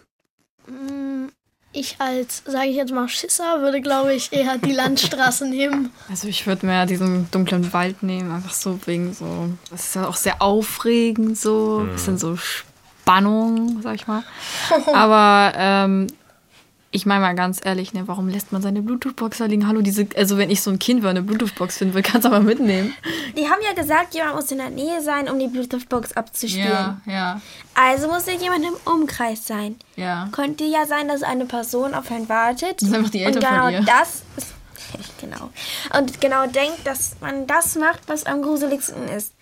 G: Mm, Ich als, sage ich jetzt mal, Schisser würde, glaube ich, eher die Landstraße nehmen.
I: Also ich würde mehr diesen dunklen Wald nehmen, einfach so wegen so. Das ist ja auch sehr aufregend, so ein
E: Hm.
I: bisschen so Spannung, sag ich mal. Aber ähm, ich meine mal ganz ehrlich, ne, warum lässt man seine Bluetooth-Box da liegen? Hallo, diese, also wenn ich so ein Kind wäre, eine Bluetooth-Box finden will, kannst du aber mitnehmen.
H: Die haben ja gesagt, jemand muss in der Nähe sein, um die Bluetooth-Box abzuspielen.
I: Ja, ja,
H: Also muss ja jemand im Umkreis sein.
I: ja.
H: Könnte ja sein, dass eine Person auf einen wartet.
I: Das sind einfach die Eltern
H: und genau
I: von ihr.
H: das genau. Und genau denkt, dass man das macht, was am gruseligsten ist.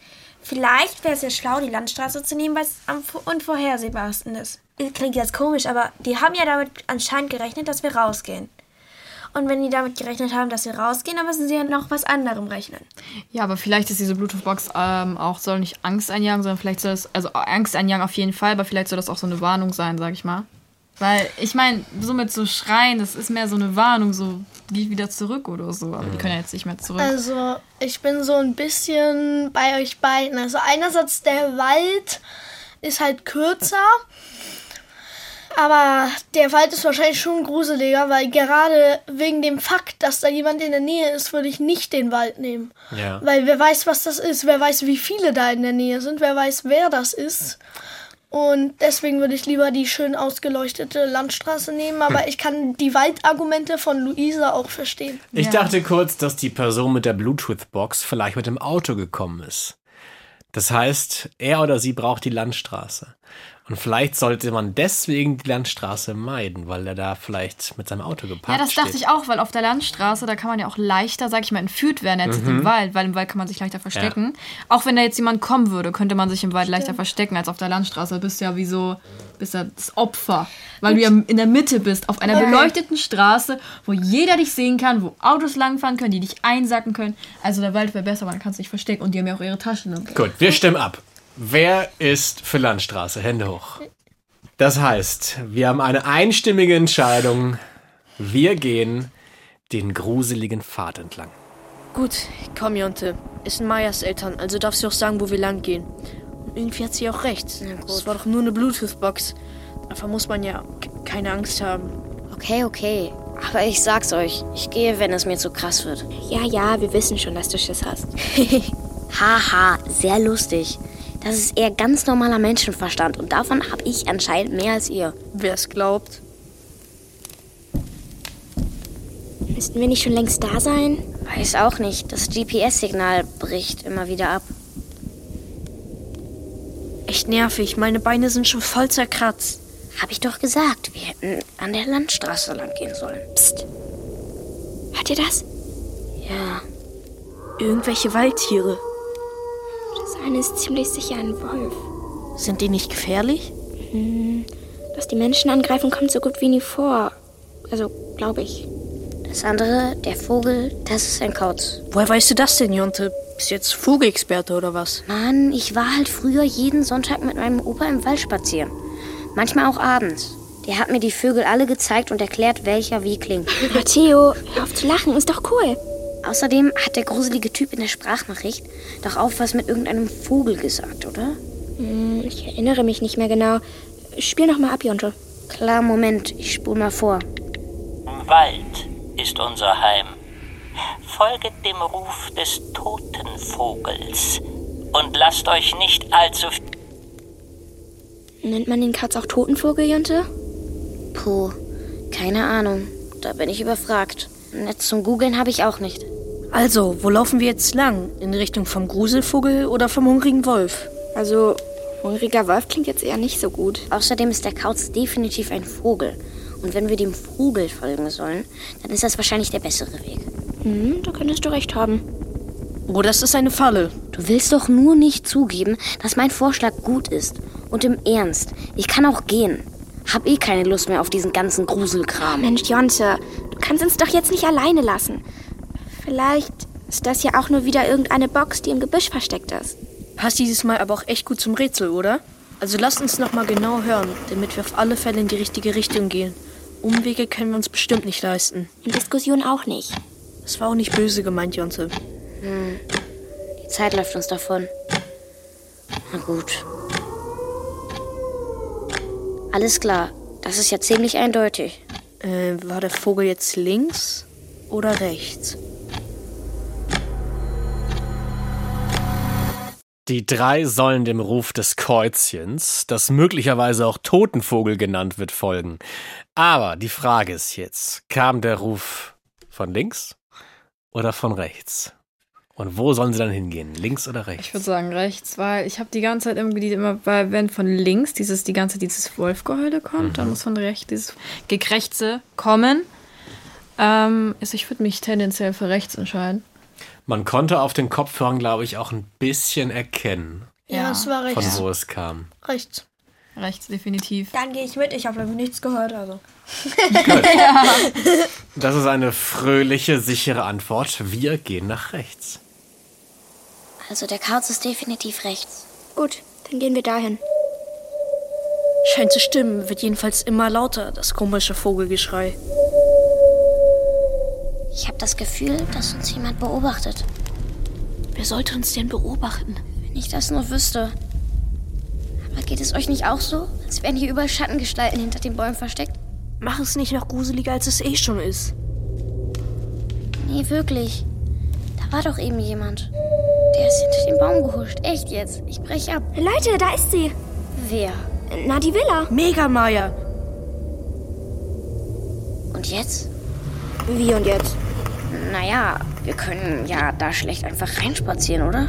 H: Vielleicht wäre es ja schlau, die Landstraße zu nehmen, weil es am vo- unvorhersehbarsten ist. Klingt jetzt komisch, aber die haben ja damit anscheinend gerechnet, dass wir rausgehen. Und wenn die damit gerechnet haben, dass wir rausgehen, dann müssen sie ja noch was anderem rechnen.
I: Ja, aber vielleicht ist diese Bluetooth-Box ähm, auch, soll nicht Angst einjagen, sondern vielleicht soll das, also Angst einjagen auf jeden Fall, aber vielleicht soll das auch so eine Warnung sein, sag ich mal. Weil, ich meine, so mit so Schreien, das ist mehr so eine Warnung, so geht wieder zurück oder so, aber die können ja jetzt nicht mehr zurück.
G: Also, ich bin so ein bisschen bei euch beiden. Also, einerseits der Wald ist halt kürzer, aber der Wald ist wahrscheinlich schon gruseliger, weil gerade wegen dem Fakt, dass da jemand in der Nähe ist, würde ich nicht den Wald nehmen.
B: Ja.
G: Weil wer weiß, was das ist, wer weiß, wie viele da in der Nähe sind, wer weiß, wer das ist. Und deswegen würde ich lieber die schön ausgeleuchtete Landstraße nehmen, aber
B: Hm.
G: ich kann die Waldargumente von Luisa auch verstehen.
B: Ich dachte kurz, dass die Person mit der Bluetooth-Box vielleicht mit dem Auto gekommen ist. Das heißt, er oder sie braucht die Landstraße. Und vielleicht sollte man deswegen die Landstraße meiden, weil er da vielleicht mit seinem Auto geparkt
I: Ja, das dachte
B: steht.
I: ich auch, weil auf der Landstraße, da kann man ja auch leichter, sag ich mal, entführt werden als jetzt
B: Mhm.
I: im Wald, weil im Wald kann man sich leichter verstecken. Auch wenn da jetzt jemand kommen würde, könnte man sich im Wald leichter verstecken als auf der Landstraße. Du bist ja wie so, bist ja das Opfer, weil du ja in der Mitte bist, auf einer
E: Okay.
I: beleuchteten Straße, wo jeder dich sehen kann, wo Autos langfahren können, die dich einsacken können. Also der Wald wäre besser, man kann es nicht verstecken und die haben ja auch ihre Taschen.
B: Gut, wir stimmen ab. Wer ist für Landstraße? Hände hoch. Das heißt, wir haben eine einstimmige Entscheidung. Wir gehen den gruseligen Pfad entlang.
S: Gut, komm, Jonte. Es sind Mayas Eltern, also darfst du auch sagen, wo wir lang gehen. Und irgendwie hat sie auch recht. Es war doch nur eine Bluetooth-Box. Davon muss man ja k- keine Angst haben.
A: Okay, okay. Aber ich sag's euch, ich gehe, wenn es mir zu krass wird.
F: Ja, ja, wir wissen schon, dass du Schiss hast. Haha, sehr lustig. Das ist eher ganz normaler Menschenverstand und davon habe ich anscheinend mehr als ihr.
S: Wer es glaubt.
A: Müssten wir nicht schon längst da sein? Weiß auch nicht. Das GPS-Signal bricht immer wieder ab.
S: Echt nervig, meine Beine sind schon voll zerkratzt.
A: Hab ich doch gesagt, wir hätten an der Landstraße lang gehen sollen. Psst.
S: Hört ihr das?
A: Ja.
S: Irgendwelche Waldtiere.
O: Das eine ist ziemlich sicher ein Wolf.
S: Sind die nicht gefährlich?
O: Mm, Hm, dass die Menschen angreifen, kommt so gut wie nie vor. Also, glaube ich.
A: Das andere, der Vogel, das ist ein Kauz.
S: Woher weißt du das denn, Jonte? Bist du jetzt Vogelexperte oder was?
A: Mann, ich war halt früher jeden Sonntag mit meinem Opa im Wald spazieren. Manchmal auch abends. Der hat mir die Vögel alle gezeigt und erklärt, welcher wie klingt.
O: Matteo, hör auf zu lachen, ist doch cool.
A: Außerdem hat der gruselige Typ in der Sprachnachricht doch auch was mit irgendeinem Vogel gesagt, oder?
O: Hm, Ich erinnere mich nicht mehr genau. Spiel noch mal ab, Jonte.
A: Klar, Moment, ich spule mal vor.
T: Wald ist unser Heim. Folget dem Ruf des Totenvogels und lasst euch nicht allzu
O: Nennt man den Katz auch Totenvogel, Jonte?
A: Puh, keine Ahnung. Da bin ich überfragt. Ein Netz zum Googeln habe ich auch nicht.
S: Also, wo laufen wir jetzt lang? In Richtung vom Gruselvogel oder vom hungrigen Wolf?
O: Also, hungriger Wolf klingt jetzt eher nicht so gut.
A: Außerdem ist der Kauz definitiv ein Vogel. Und wenn wir dem Vogel folgen sollen, dann ist das wahrscheinlich der bessere Weg.
O: Hm, da könntest du recht haben.
S: Oh, das ist eine Falle.
A: Du willst doch nur nicht zugeben, dass mein Vorschlag gut ist. Und im Ernst, ich kann auch gehen. Hab eh keine Lust mehr auf diesen ganzen Gruselkram.
O: Mensch, Jonte, du kannst uns doch jetzt nicht alleine lassen. Vielleicht ist das ja auch nur wieder irgendeine Box, die im Gebüsch versteckt ist.
S: Passt dieses Mal aber auch echt gut zum Rätsel, oder? Also lasst uns nochmal genau hören, damit wir auf alle Fälle in die richtige Richtung gehen. Umwege können wir uns bestimmt nicht leisten.
O: In Diskussion auch nicht.
S: Das war auch nicht böse gemeint, Jonte.
A: Hm. Die Zeit läuft uns davon. Na gut. Alles klar, das ist ja ziemlich eindeutig.
S: Äh, war der Vogel jetzt links oder rechts?
B: Die drei sollen dem Ruf des Käuzchens, das möglicherweise auch Totenvogel genannt wird, folgen. Aber die Frage ist jetzt, kam der Ruf von links oder von rechts? Und wo sollen sie dann hingehen? Links oder rechts?
I: Ich würde sagen rechts, weil ich habe die ganze Zeit irgendwie die immer, weil wenn von links dieses die ganze Zeit dieses Wolfgeheule kommt, dann muss von rechts dieses Gekrächze kommen. Ähm, also ich würde mich tendenziell für rechts entscheiden.
B: Man konnte auf den Kopfhörern, glaube ich, auch ein bisschen erkennen,
G: Ja, es war rechts.
B: von wo es kam.
G: Rechts.
I: Rechts, definitiv.
H: Dann gehe ich mit. Ich habe davon nichts gehört, also.
B: Das ist eine fröhliche, sichere Antwort. Wir gehen nach rechts.
A: Also der Kauz ist definitiv rechts.
O: Gut, dann gehen wir dahin.
S: Scheint zu stimmen, wird jedenfalls immer lauter, das komische Vogelgeschrei.
A: Ich habe das Gefühl, dass uns jemand beobachtet.
S: Wer sollte uns denn beobachten?
A: Wenn ich das nur wüsste. Aber geht es euch nicht auch so, als wären hier überall Schattengestalten hinter den Bäumen versteckt?
S: Mach es nicht noch gruseliger, als es eh schon ist.
A: Nee, wirklich. Da war doch eben jemand. Der ist hinter den Baum gehuscht. Echt jetzt. Ich breche ab.
O: Leute, da ist sie.
A: Wer?
O: Na, die Villa.
S: Mega Maya.
A: Und jetzt?
O: Wie und jetzt?
A: Naja, wir können ja da schlecht einfach reinspazieren, oder?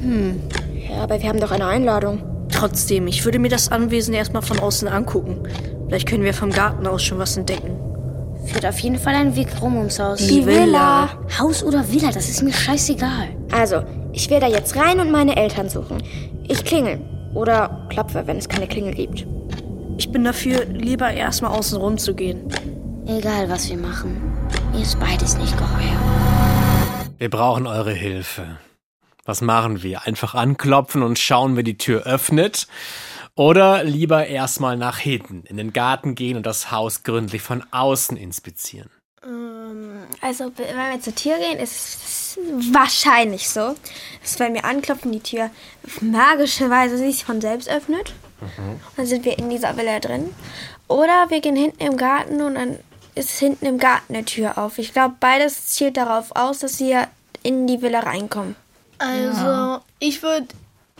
O: Hm. Ja, aber wir haben doch eine Einladung.
S: Trotzdem, ich würde mir das Anwesen erstmal von außen angucken. Vielleicht können wir vom Garten aus schon was entdecken.
A: Führt auf jeden Fall ein Weg rum ums Haus.
S: Die Villa.
A: Haus oder Villa, das ist mir scheißegal.
O: Also, ich will da jetzt rein und meine Eltern suchen. Ich klingel. Oder klopfe, wenn es keine Klingel gibt.
S: Ich bin dafür, lieber erstmal außen rum zu gehen.
A: Egal, was wir machen. Mir ist beides nicht geheuer.
B: Wir brauchen eure Hilfe. Was machen wir? Einfach anklopfen und schauen, wer die Tür öffnet? Oder lieber erstmal nach hinten, in den Garten gehen und das Haus gründlich von außen inspizieren?
H: Also, wenn wir zur Tür gehen, ist es wahrscheinlich so, dass wenn wir anklopfen, die Tür auf magische Weise sich von selbst öffnet. Dann sind wir in dieser Villa drin. Oder wir gehen hinten im Garten und dann ist hinten im Garten eine Tür auf. Ich glaube, beides zielt darauf aus, dass wir in die Villa reinkommen.
G: Also, ich würde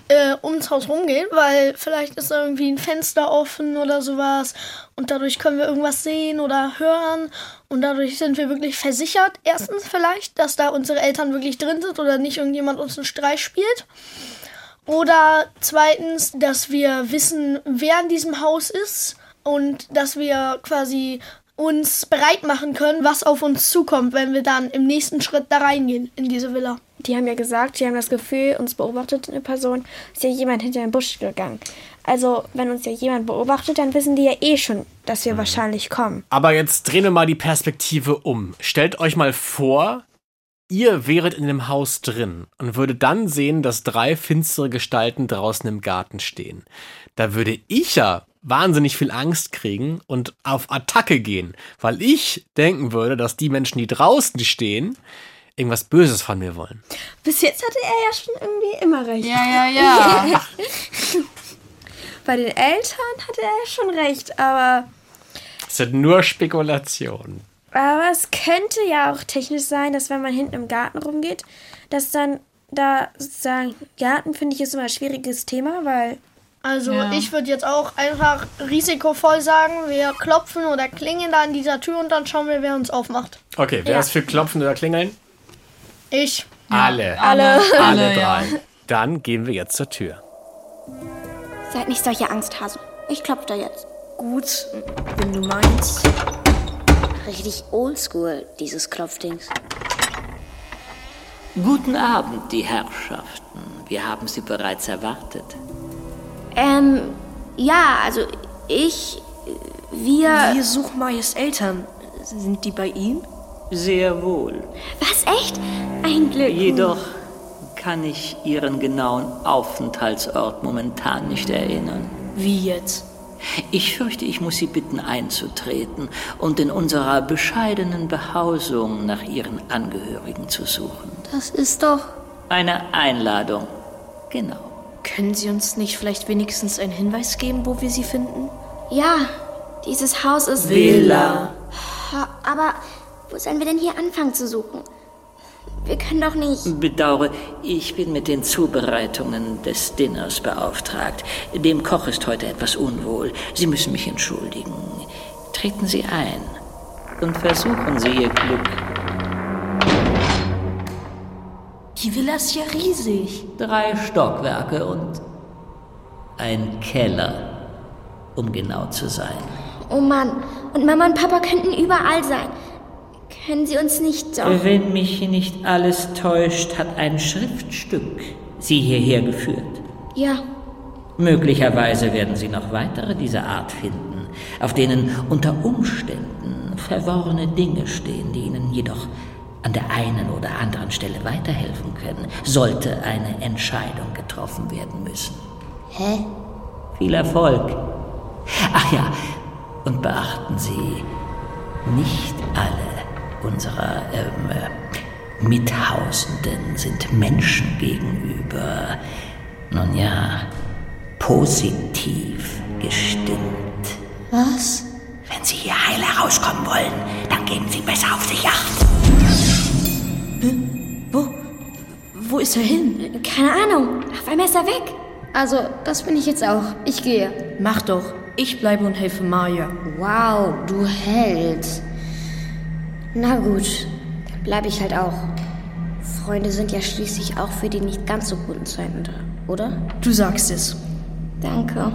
G: äh, ums Haus rumgehen, weil vielleicht ist irgendwie ein Fenster offen oder sowas. Und dadurch können wir irgendwas sehen oder hören. Und dadurch sind wir wirklich versichert. Erstens vielleicht, dass da unsere Eltern wirklich drin sind oder nicht irgendjemand uns einen Streich spielt. Oder zweitens, dass wir wissen, wer in diesem Haus ist und dass wir quasi uns bereit machen können, was auf uns zukommt, wenn wir dann im nächsten Schritt da reingehen in diese Villa.
H: die haben ja gesagt, die haben das Gefühl, uns beobachtet eine Person, ist ja jemand hinter den Busch gegangen. Also, wenn uns ja jemand beobachtet, dann wissen die ja eh schon, dass
I: Mhm.
H: wir wahrscheinlich kommen.
B: Aber jetzt drehen wir mal die Perspektive um. Stellt euch mal vor, ihr wäret in dem Haus drin und würdet dann sehen, dass drei finstere Gestalten draußen im Garten stehen. Da würde ich ja wahnsinnig viel Angst kriegen und auf Attacke gehen, weil ich denken würde, dass die Menschen, die draußen stehen, irgendwas Böses von mir wollen.
H: Bis jetzt hatte er ja schon irgendwie immer recht.
I: Ja, ja, ja.
H: Bei den Eltern hatte er ja schon recht, aber,
B: Das sind nur Spekulationen.
H: aber es könnte ja auch technisch sein, dass wenn man hinten im Garten rumgeht, dass dann da sozusagen, Garten finde ich ist immer ein schwieriges Thema, weil.
G: Also ich würde jetzt auch einfach risikovoll sagen, wir klopfen oder klingeln da an dieser Tür und dann schauen wir, wer uns aufmacht.
B: Okay, wer
G: Ja.
B: ist für Klopfen oder Klingeln?
G: Ich.
B: Alle.
G: Alle.
B: Alle
G: Alle, ja.
B: drei. Dann gehen wir jetzt zur Tür.
O: Seid nicht solche Angsthasen. Ich klopfe da jetzt.
A: Gut, wenn du meinst. Richtig oldschool, dieses Klopfdings.
K: Guten Abend, die Herrschaften. Wir haben Sie bereits erwartet.
O: Ähm, ja, also ich. Wir.
S: Wir suchen Mayas Eltern. Sind die bei ihm?
K: Sehr wohl.
O: Was, echt? Ein Glück.
K: Jedoch kann ich Ihren genauen Aufenthaltsort momentan nicht erinnern.
C: Wie jetzt?
K: Ich fürchte, ich muss Sie bitten einzutreten und in unserer bescheidenen Behausung nach Ihren Angehörigen zu suchen.
A: Das ist doch.
K: Eine Einladung. Genau.
C: Können Sie uns nicht vielleicht wenigstens einen Hinweis geben, wo wir sie finden?
O: Ja, dieses Haus ist.
K: Villa.
O: Ha- Aber wo sollen wir denn hier anfangen zu suchen? Wir können doch nicht.
K: Bedauere, ich bin mit den Zubereitungen des Dinners beauftragt. Dem Koch ist heute etwas unwohl. Sie müssen mich entschuldigen. Treten Sie ein und versuchen Sie Ihr Glück.
C: Die Villa ist ja riesig.
K: Drei Stockwerke und ein Keller, um genau zu sein.
O: Oh Mann, und Mama und Papa könnten überall sein. Können sie uns nicht doch.
K: Wenn mich nicht alles täuscht, hat ein Schriftstück Sie hierher geführt.
O: Ja,
K: Möglicherweise werden Sie noch weitere dieser Art finden, auf denen unter Umständen verworrene Dinge stehen, die Ihnen jedoch an der einen oder anderen Stelle weiterhelfen können, sollte eine Entscheidung getroffen werden müssen.
O: Hä?
K: Viel Erfolg. Ach ja, und beachten Sie, nicht alle unserer ähm, äh, Mithausenden sind Menschen gegenüber, nun ja, positiv gestimmt.
O: Was?
K: Wenn Sie hier heil herauskommen wollen, dann geben Sie besser auf sich acht.
A: Wo ist er hin? Keine Ahnung. Auf einmal ist er weg. Also, das bin ich jetzt auch. Ich gehe.
C: Mach doch. Ich bleibe und helfe Maya.
A: Wow, du Held. Na gut, dann bleibe ich halt auch. Freunde sind ja schließlich auch für die nicht ganz so guten Zeiten da, oder?
C: Du sagst es.
A: Danke.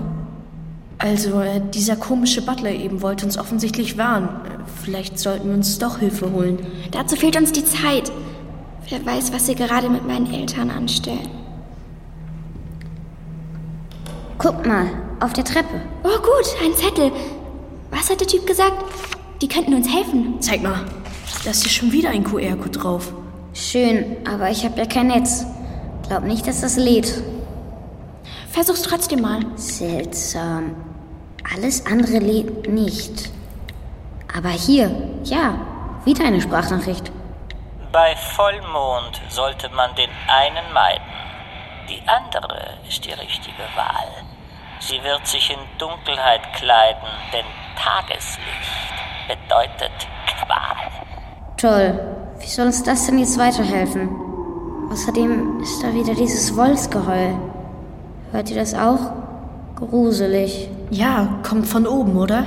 C: Also, äh, dieser komische Butler eben wollte uns offensichtlich warnen. Äh, Vielleicht sollten wir uns doch Hilfe holen.
O: Dazu fehlt uns die Zeit. Wer weiß, was sie gerade mit meinen Eltern anstellen.
A: Guck mal, auf der Treppe.
O: Oh gut, ein Zettel. Was hat der Typ gesagt? Die könnten uns helfen.
C: Zeig mal. Da ist ja schon wieder ein QR-Code drauf.
A: Schön, aber ich habe ja kein Netz. Glaub nicht, dass das lädt.
O: Versuch's trotzdem mal.
A: Seltsam. Alles andere lädt nicht. Aber hier, ja, wieder eine Sprachnachricht.
T: Bei Vollmond sollte man den einen meiden. Die andere ist die richtige Wahl. Sie wird sich in Dunkelheit kleiden, denn Tageslicht bedeutet Qual.
A: Toll. Wie soll uns das denn jetzt weiterhelfen? Außerdem ist da wieder dieses Wolfsgeheul. Hört ihr das auch? Gruselig.
C: Ja, kommt von oben, oder?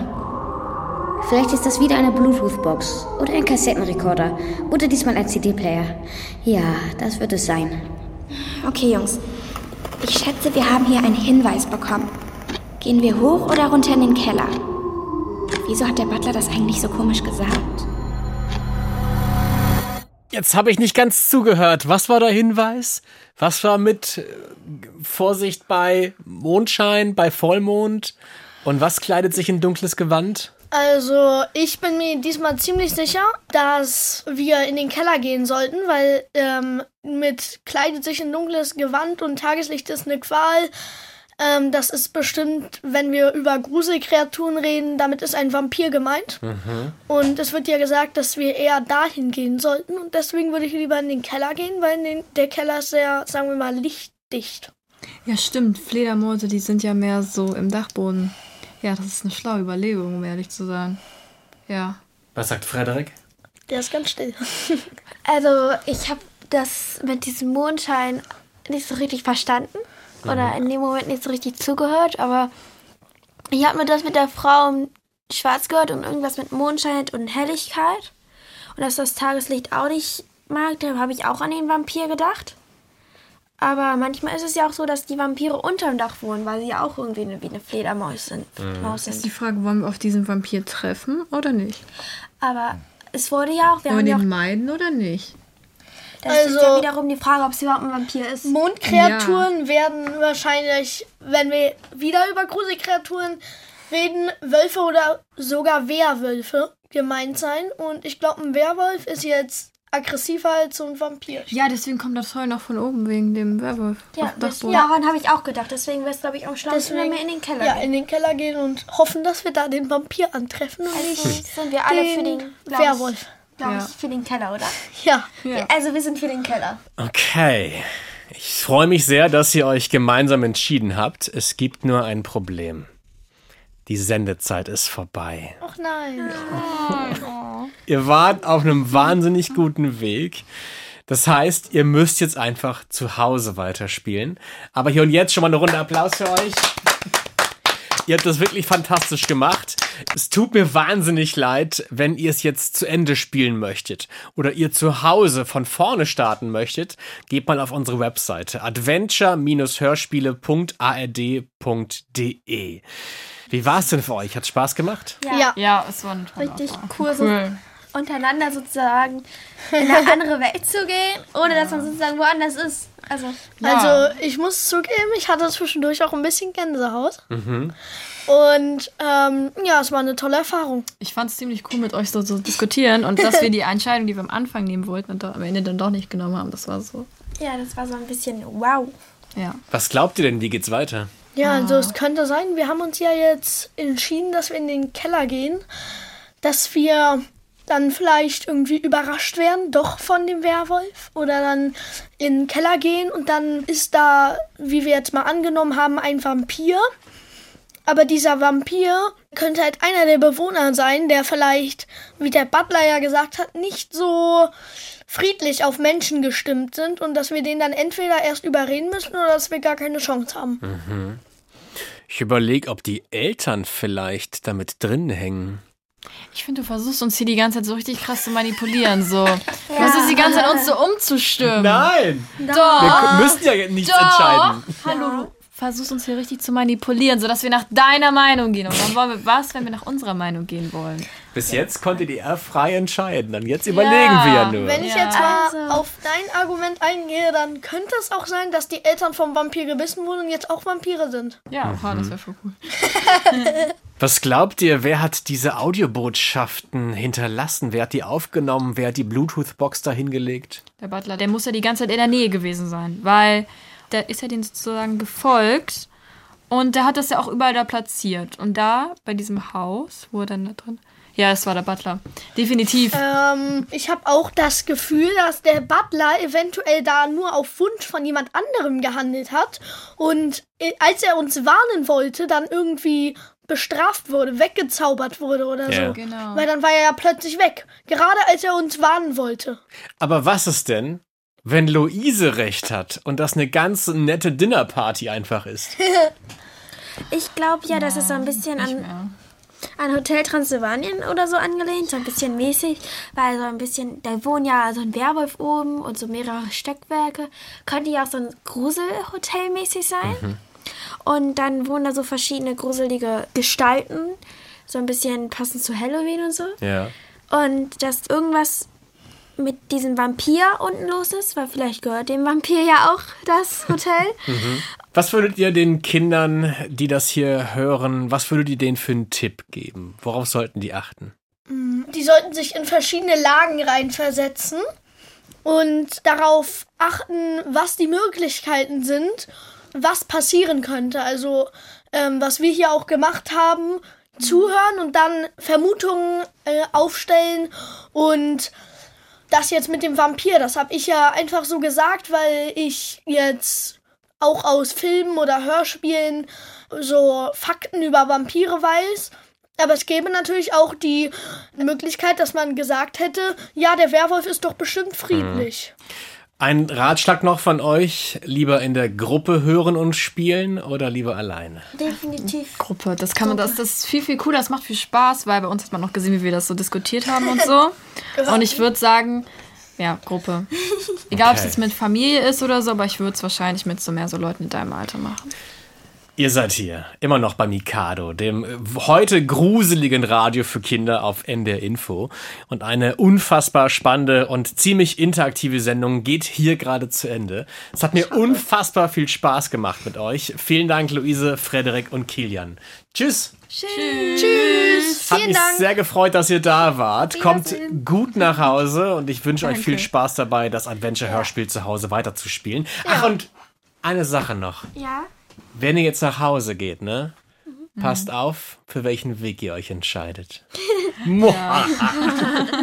A: Vielleicht ist das wieder eine Bluetooth-Box oder ein Kassettenrekorder oder diesmal ein CD-Player. Ja, das wird es sein.
O: Okay, Jungs. Ich schätze, wir haben hier einen Hinweis bekommen. Gehen wir hoch oder runter in den Keller? Wieso hat der Butler das eigentlich so komisch gesagt?
B: Jetzt habe ich nicht ganz zugehört. Was war der Hinweis? Was war mit äh, Vorsicht bei Mondschein, bei Vollmond? Und was kleidet sich in dunkles Gewand?
G: Also, ich bin mir diesmal ziemlich sicher, dass wir in den Keller gehen sollten, weil ähm, mit kleidet sich in dunkles Gewand und Tageslicht ist eine Qual. Ähm, das ist bestimmt, wenn wir über Gruselkreaturen reden, damit ist ein Vampir gemeint.
H: Hm.
U: Mhm.
G: Und es wird ja gesagt, dass wir eher dahin gehen sollten. Und deswegen würde ich lieber in den Keller gehen, weil in den, der Keller ist sehr, sagen wir mal, lichtdicht.
I: Ja, stimmt. Fledermäuse, die sind ja mehr so im Dachboden. Ja, das ist eine schlaue Überlegung, um ehrlich zu sein. Ja.
B: Was sagt Frederik?
G: Der ist ganz still.
H: Also, ich habe das mit diesem Mondschein nicht so richtig verstanden.
B: Mhm.
H: Oder in dem Moment nicht so richtig zugehört. Aber ich habe mir das mit der Frau in schwarz gehört und irgendwas mit Mondschein und Helligkeit. Und dass das Tageslicht auch nicht mag, da habe ich auch an den Vampir gedacht. Aber manchmal ist es ja auch so, dass die Vampire unterm Dach wohnen, weil sie ja auch irgendwie eine, wie eine Fledermaus sind. Maus
I: Das ist
H: sind.
I: die Frage, wollen wir auf diesen Vampir treffen oder nicht?
H: Aber es wurde ja auch, wir
I: wollen
H: haben
I: wir
H: ja auch
I: den meiden oder nicht?
H: Das ist ja wiederum die Frage, ob es überhaupt ein Vampir ist.
G: Also Mondkreaturen werden wahrscheinlich, wenn wir wieder über Gruselkreaturen reden, Wölfe oder sogar Werwölfe gemeint sein. Und ich glaube, ein Werwolf ist jetzt aggressiver als so ein Vampir.
I: Ja, deswegen kommt das Heulen auch von oben wegen dem Werwolf.
H: Ja,
I: auf dem
H: das,
I: Dachboden.
H: daran habe ich auch gedacht. Deswegen wäre es, glaube ich, am schlauesten, wenn
G: Deswegen-
H: wir in den Keller
G: ja,
H: gehen.
G: in den Keller gehen und hoffen, dass wir da den Vampir antreffen und
H: Also
G: nicht
H: sind wir alle für den, glaub ich,
G: Werwolf.
H: Glaube
G: Ja.
H: ich, für den Keller, oder?
G: Ja.
H: Also wir sind für den Keller.
B: Okay. Ich freue mich sehr, dass ihr euch gemeinsam entschieden habt. Es gibt nur ein Problem. Die Sendezeit ist vorbei.
G: Ach nein.
H: Oh.
I: Oh.
B: Ihr wart auf einem wahnsinnig guten Weg. Das heißt, ihr müsst jetzt einfach zu Hause weiterspielen. Aber hier und jetzt schon mal eine Runde Applaus für euch. Ihr habt das wirklich fantastisch gemacht. Es tut mir wahnsinnig leid, wenn ihr es jetzt zu Ende spielen möchtet oder ihr zu Hause von vorne starten möchtet, geht mal auf unsere Webseite adventure-hörspiele.ard.de. e. Wie war es denn für euch? Hat Spaß gemacht?
I: Ja. ja, es war eine tolle
H: Richtig
I: Aufgabe.
H: cool, so Also untereinander sozusagen in eine andere Welt zu gehen, ohne dass man sozusagen woanders ist. Also,
G: Also ich muss zugeben, ich hatte zwischendurch auch ein bisschen Gänsehaut.
U: Mhm.
G: Und ähm, ja, es war eine tolle Erfahrung.
I: Ich fand es ziemlich cool, mit euch so zu diskutieren und dass wir die Entscheidung, die wir am Anfang nehmen wollten, und doch- am Ende dann doch nicht genommen haben. Das war so.
H: ja, das war so ein bisschen wow.
I: Ja.
B: Was glaubt ihr denn? Wie geht's weiter?
G: Ja, also es könnte sein, wir haben uns ja jetzt entschieden, dass wir in den Keller gehen, dass wir dann vielleicht irgendwie überrascht werden, doch von dem Werwolf oder dann in den Keller gehen und dann ist da, wie wir jetzt mal angenommen haben, ein Vampir. Aber dieser Vampir könnte halt einer der Bewohner sein, der vielleicht, wie der Butler ja gesagt hat, nicht so friedlich auf Menschen gestimmt sind und dass wir den dann entweder erst überreden müssen oder dass wir gar keine Chance haben.
B: Mhm. Ich überlege, ob die Eltern vielleicht damit drin hängen.
I: Ich finde, du versuchst uns hier die ganze Zeit so richtig krass zu manipulieren. So. Du versuchst die ganze Zeit uns so
G: Ähm,
I: umzustimmen.
B: Nein!
I: Doch!
B: Wir müssen ja nichts
I: Doch!
B: entscheiden.
I: Hallo, du versuchst uns hier richtig zu manipulieren, sodass wir nach deiner Meinung gehen. Und dann wollen wir was, wenn wir nach unserer Meinung gehen wollen?
B: Bis jetzt konntet ihr frei entscheiden. Dann jetzt überlegen wir ja nur.
G: Wenn ich jetzt mal
I: also.
G: auf dein Argument eingehe, dann könnte es auch sein, dass die Eltern vom Vampir gebissen wurden und jetzt auch Vampire sind.
I: Ja,
B: oha, das wäre
I: voll cool.
B: Was glaubt ihr, wer hat diese Audiobotschaften hinterlassen? Wer hat die aufgenommen? Wer hat die Bluetooth-Box dahingelegt?
I: Der Butler, der muss ja die ganze Zeit in der Nähe gewesen sein, weil da ist er denen sozusagen gefolgt und der hat das ja auch überall da platziert. Und da, bei diesem Haus, wo er dann da drin. Ja, es war der Butler. Definitiv.
G: Ähm, ich habe auch das Gefühl, dass der Butler eventuell da nur auf Wunsch von jemand anderem gehandelt hat und äh, als er uns warnen wollte, dann irgendwie bestraft wurde, weggezaubert wurde oder
B: Ja.
G: so.
B: Genau.
G: Weil dann war er ja plötzlich weg. Gerade als er uns warnen wollte.
B: Aber was ist denn, wenn Luise recht hat und das eine ganz nette Dinnerparty einfach ist?
H: Ich glaube ja, dass es so ein bisschen an, an Hotel Transsilvanien oder so angelehnt, so ein bisschen mäßig, weil so ein bisschen, da wohnen ja so ein Werwolf oben und so mehrere Stockwerke. Könnte ja auch so ein Gruselhotel mäßig sein.
K: Mhm.
H: Und dann wohnen da so verschiedene gruselige Gestalten, so ein bisschen passend zu Halloween und so.
B: Ja.
H: Und dass irgendwas mit diesem Vampir unten los ist, weil vielleicht gehört dem Vampir ja auch das Hotel.
B: Mhm. Was würdet ihr den Kindern, die das hier hören, was würdet ihr denen für einen Tipp geben? Worauf sollten die achten?
G: Mm, Die sollten sich in verschiedene Lagen reinversetzen und darauf achten, was die Möglichkeiten sind, was passieren könnte. Also, ähm, was wir hier auch gemacht haben, zuhören und dann Vermutungen äh, aufstellen und das jetzt mit dem Vampir, das habe ich ja einfach so gesagt, weil ich jetzt auch aus Filmen oder Hörspielen so Fakten über Vampire weiß. Aber es gäbe natürlich auch die Möglichkeit, dass man gesagt hätte, ja, der Werwolf ist doch bestimmt friedlich.
B: Ein Ratschlag noch von euch, lieber in der Gruppe hören und spielen oder lieber alleine?
H: Definitiv.
I: Gruppe, das kann man, das, das ist viel, viel cooler, das macht viel Spaß, weil bei uns hat man noch gesehen, wie wir das so diskutiert haben und so. Und ich würde sagen, ja, Gruppe. Egal, ob es
B: Okay.
I: jetzt mit Familie ist oder so, aber ich würde es wahrscheinlich mit so mehr so Leuten in deinem Alter machen.
B: Ihr seid hier, immer noch bei Mikado, dem äh, heute gruseligen Radio für Kinder auf NDR Info. Und eine unfassbar spannende und ziemlich interaktive Sendung geht hier gerade zu Ende. Es hat mir unfassbar viel Spaß gemacht mit euch. Vielen Dank, Luise, Frederik und Kilian. Tschüss!
H: Tschüss.
G: Tschüss.
B: Hat mich sehr gefreut, dass ihr da wart. Kommt
G: Wiedersehen.
B: gut nach Hause und ich wünsche euch
G: Danke.
B: viel Spaß dabei, das Adventure-Hörspiel zu Hause weiterzuspielen. Ach, und eine Sache noch.
H: Ja.
B: Wenn ihr jetzt nach Hause geht, ne? Passt auf, für welchen Weg ihr euch entscheidet. Muah.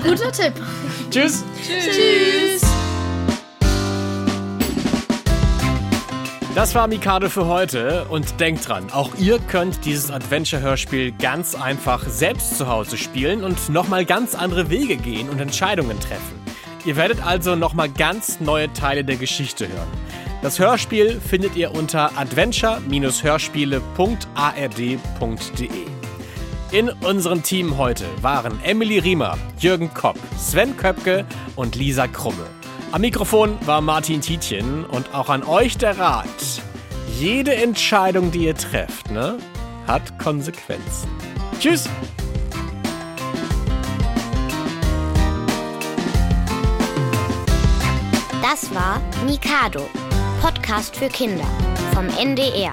G: Guter Tipp.
B: Mhm. Tschüss.
G: Tschüss.
B: Das war Mikado für heute und denkt dran, auch ihr könnt dieses Adventure-Hörspiel ganz einfach selbst zu Hause spielen und nochmal ganz andere Wege gehen und Entscheidungen treffen. Ihr werdet also nochmal ganz neue Teile der Geschichte hören. Das Hörspiel findet ihr unter adventure-hörspiele.ard.de. In unserem Team heute waren Emily Riemer, Jürgen Kopp, Sven Köpke und Lisa Krumme. Am Mikrofon war Martin Tietjen und auch an euch der Rat. Jede Entscheidung, die ihr trefft, ne, hat Konsequenzen. Tschüss!
F: Das war Mikado, Podcast für Kinder vom NDR.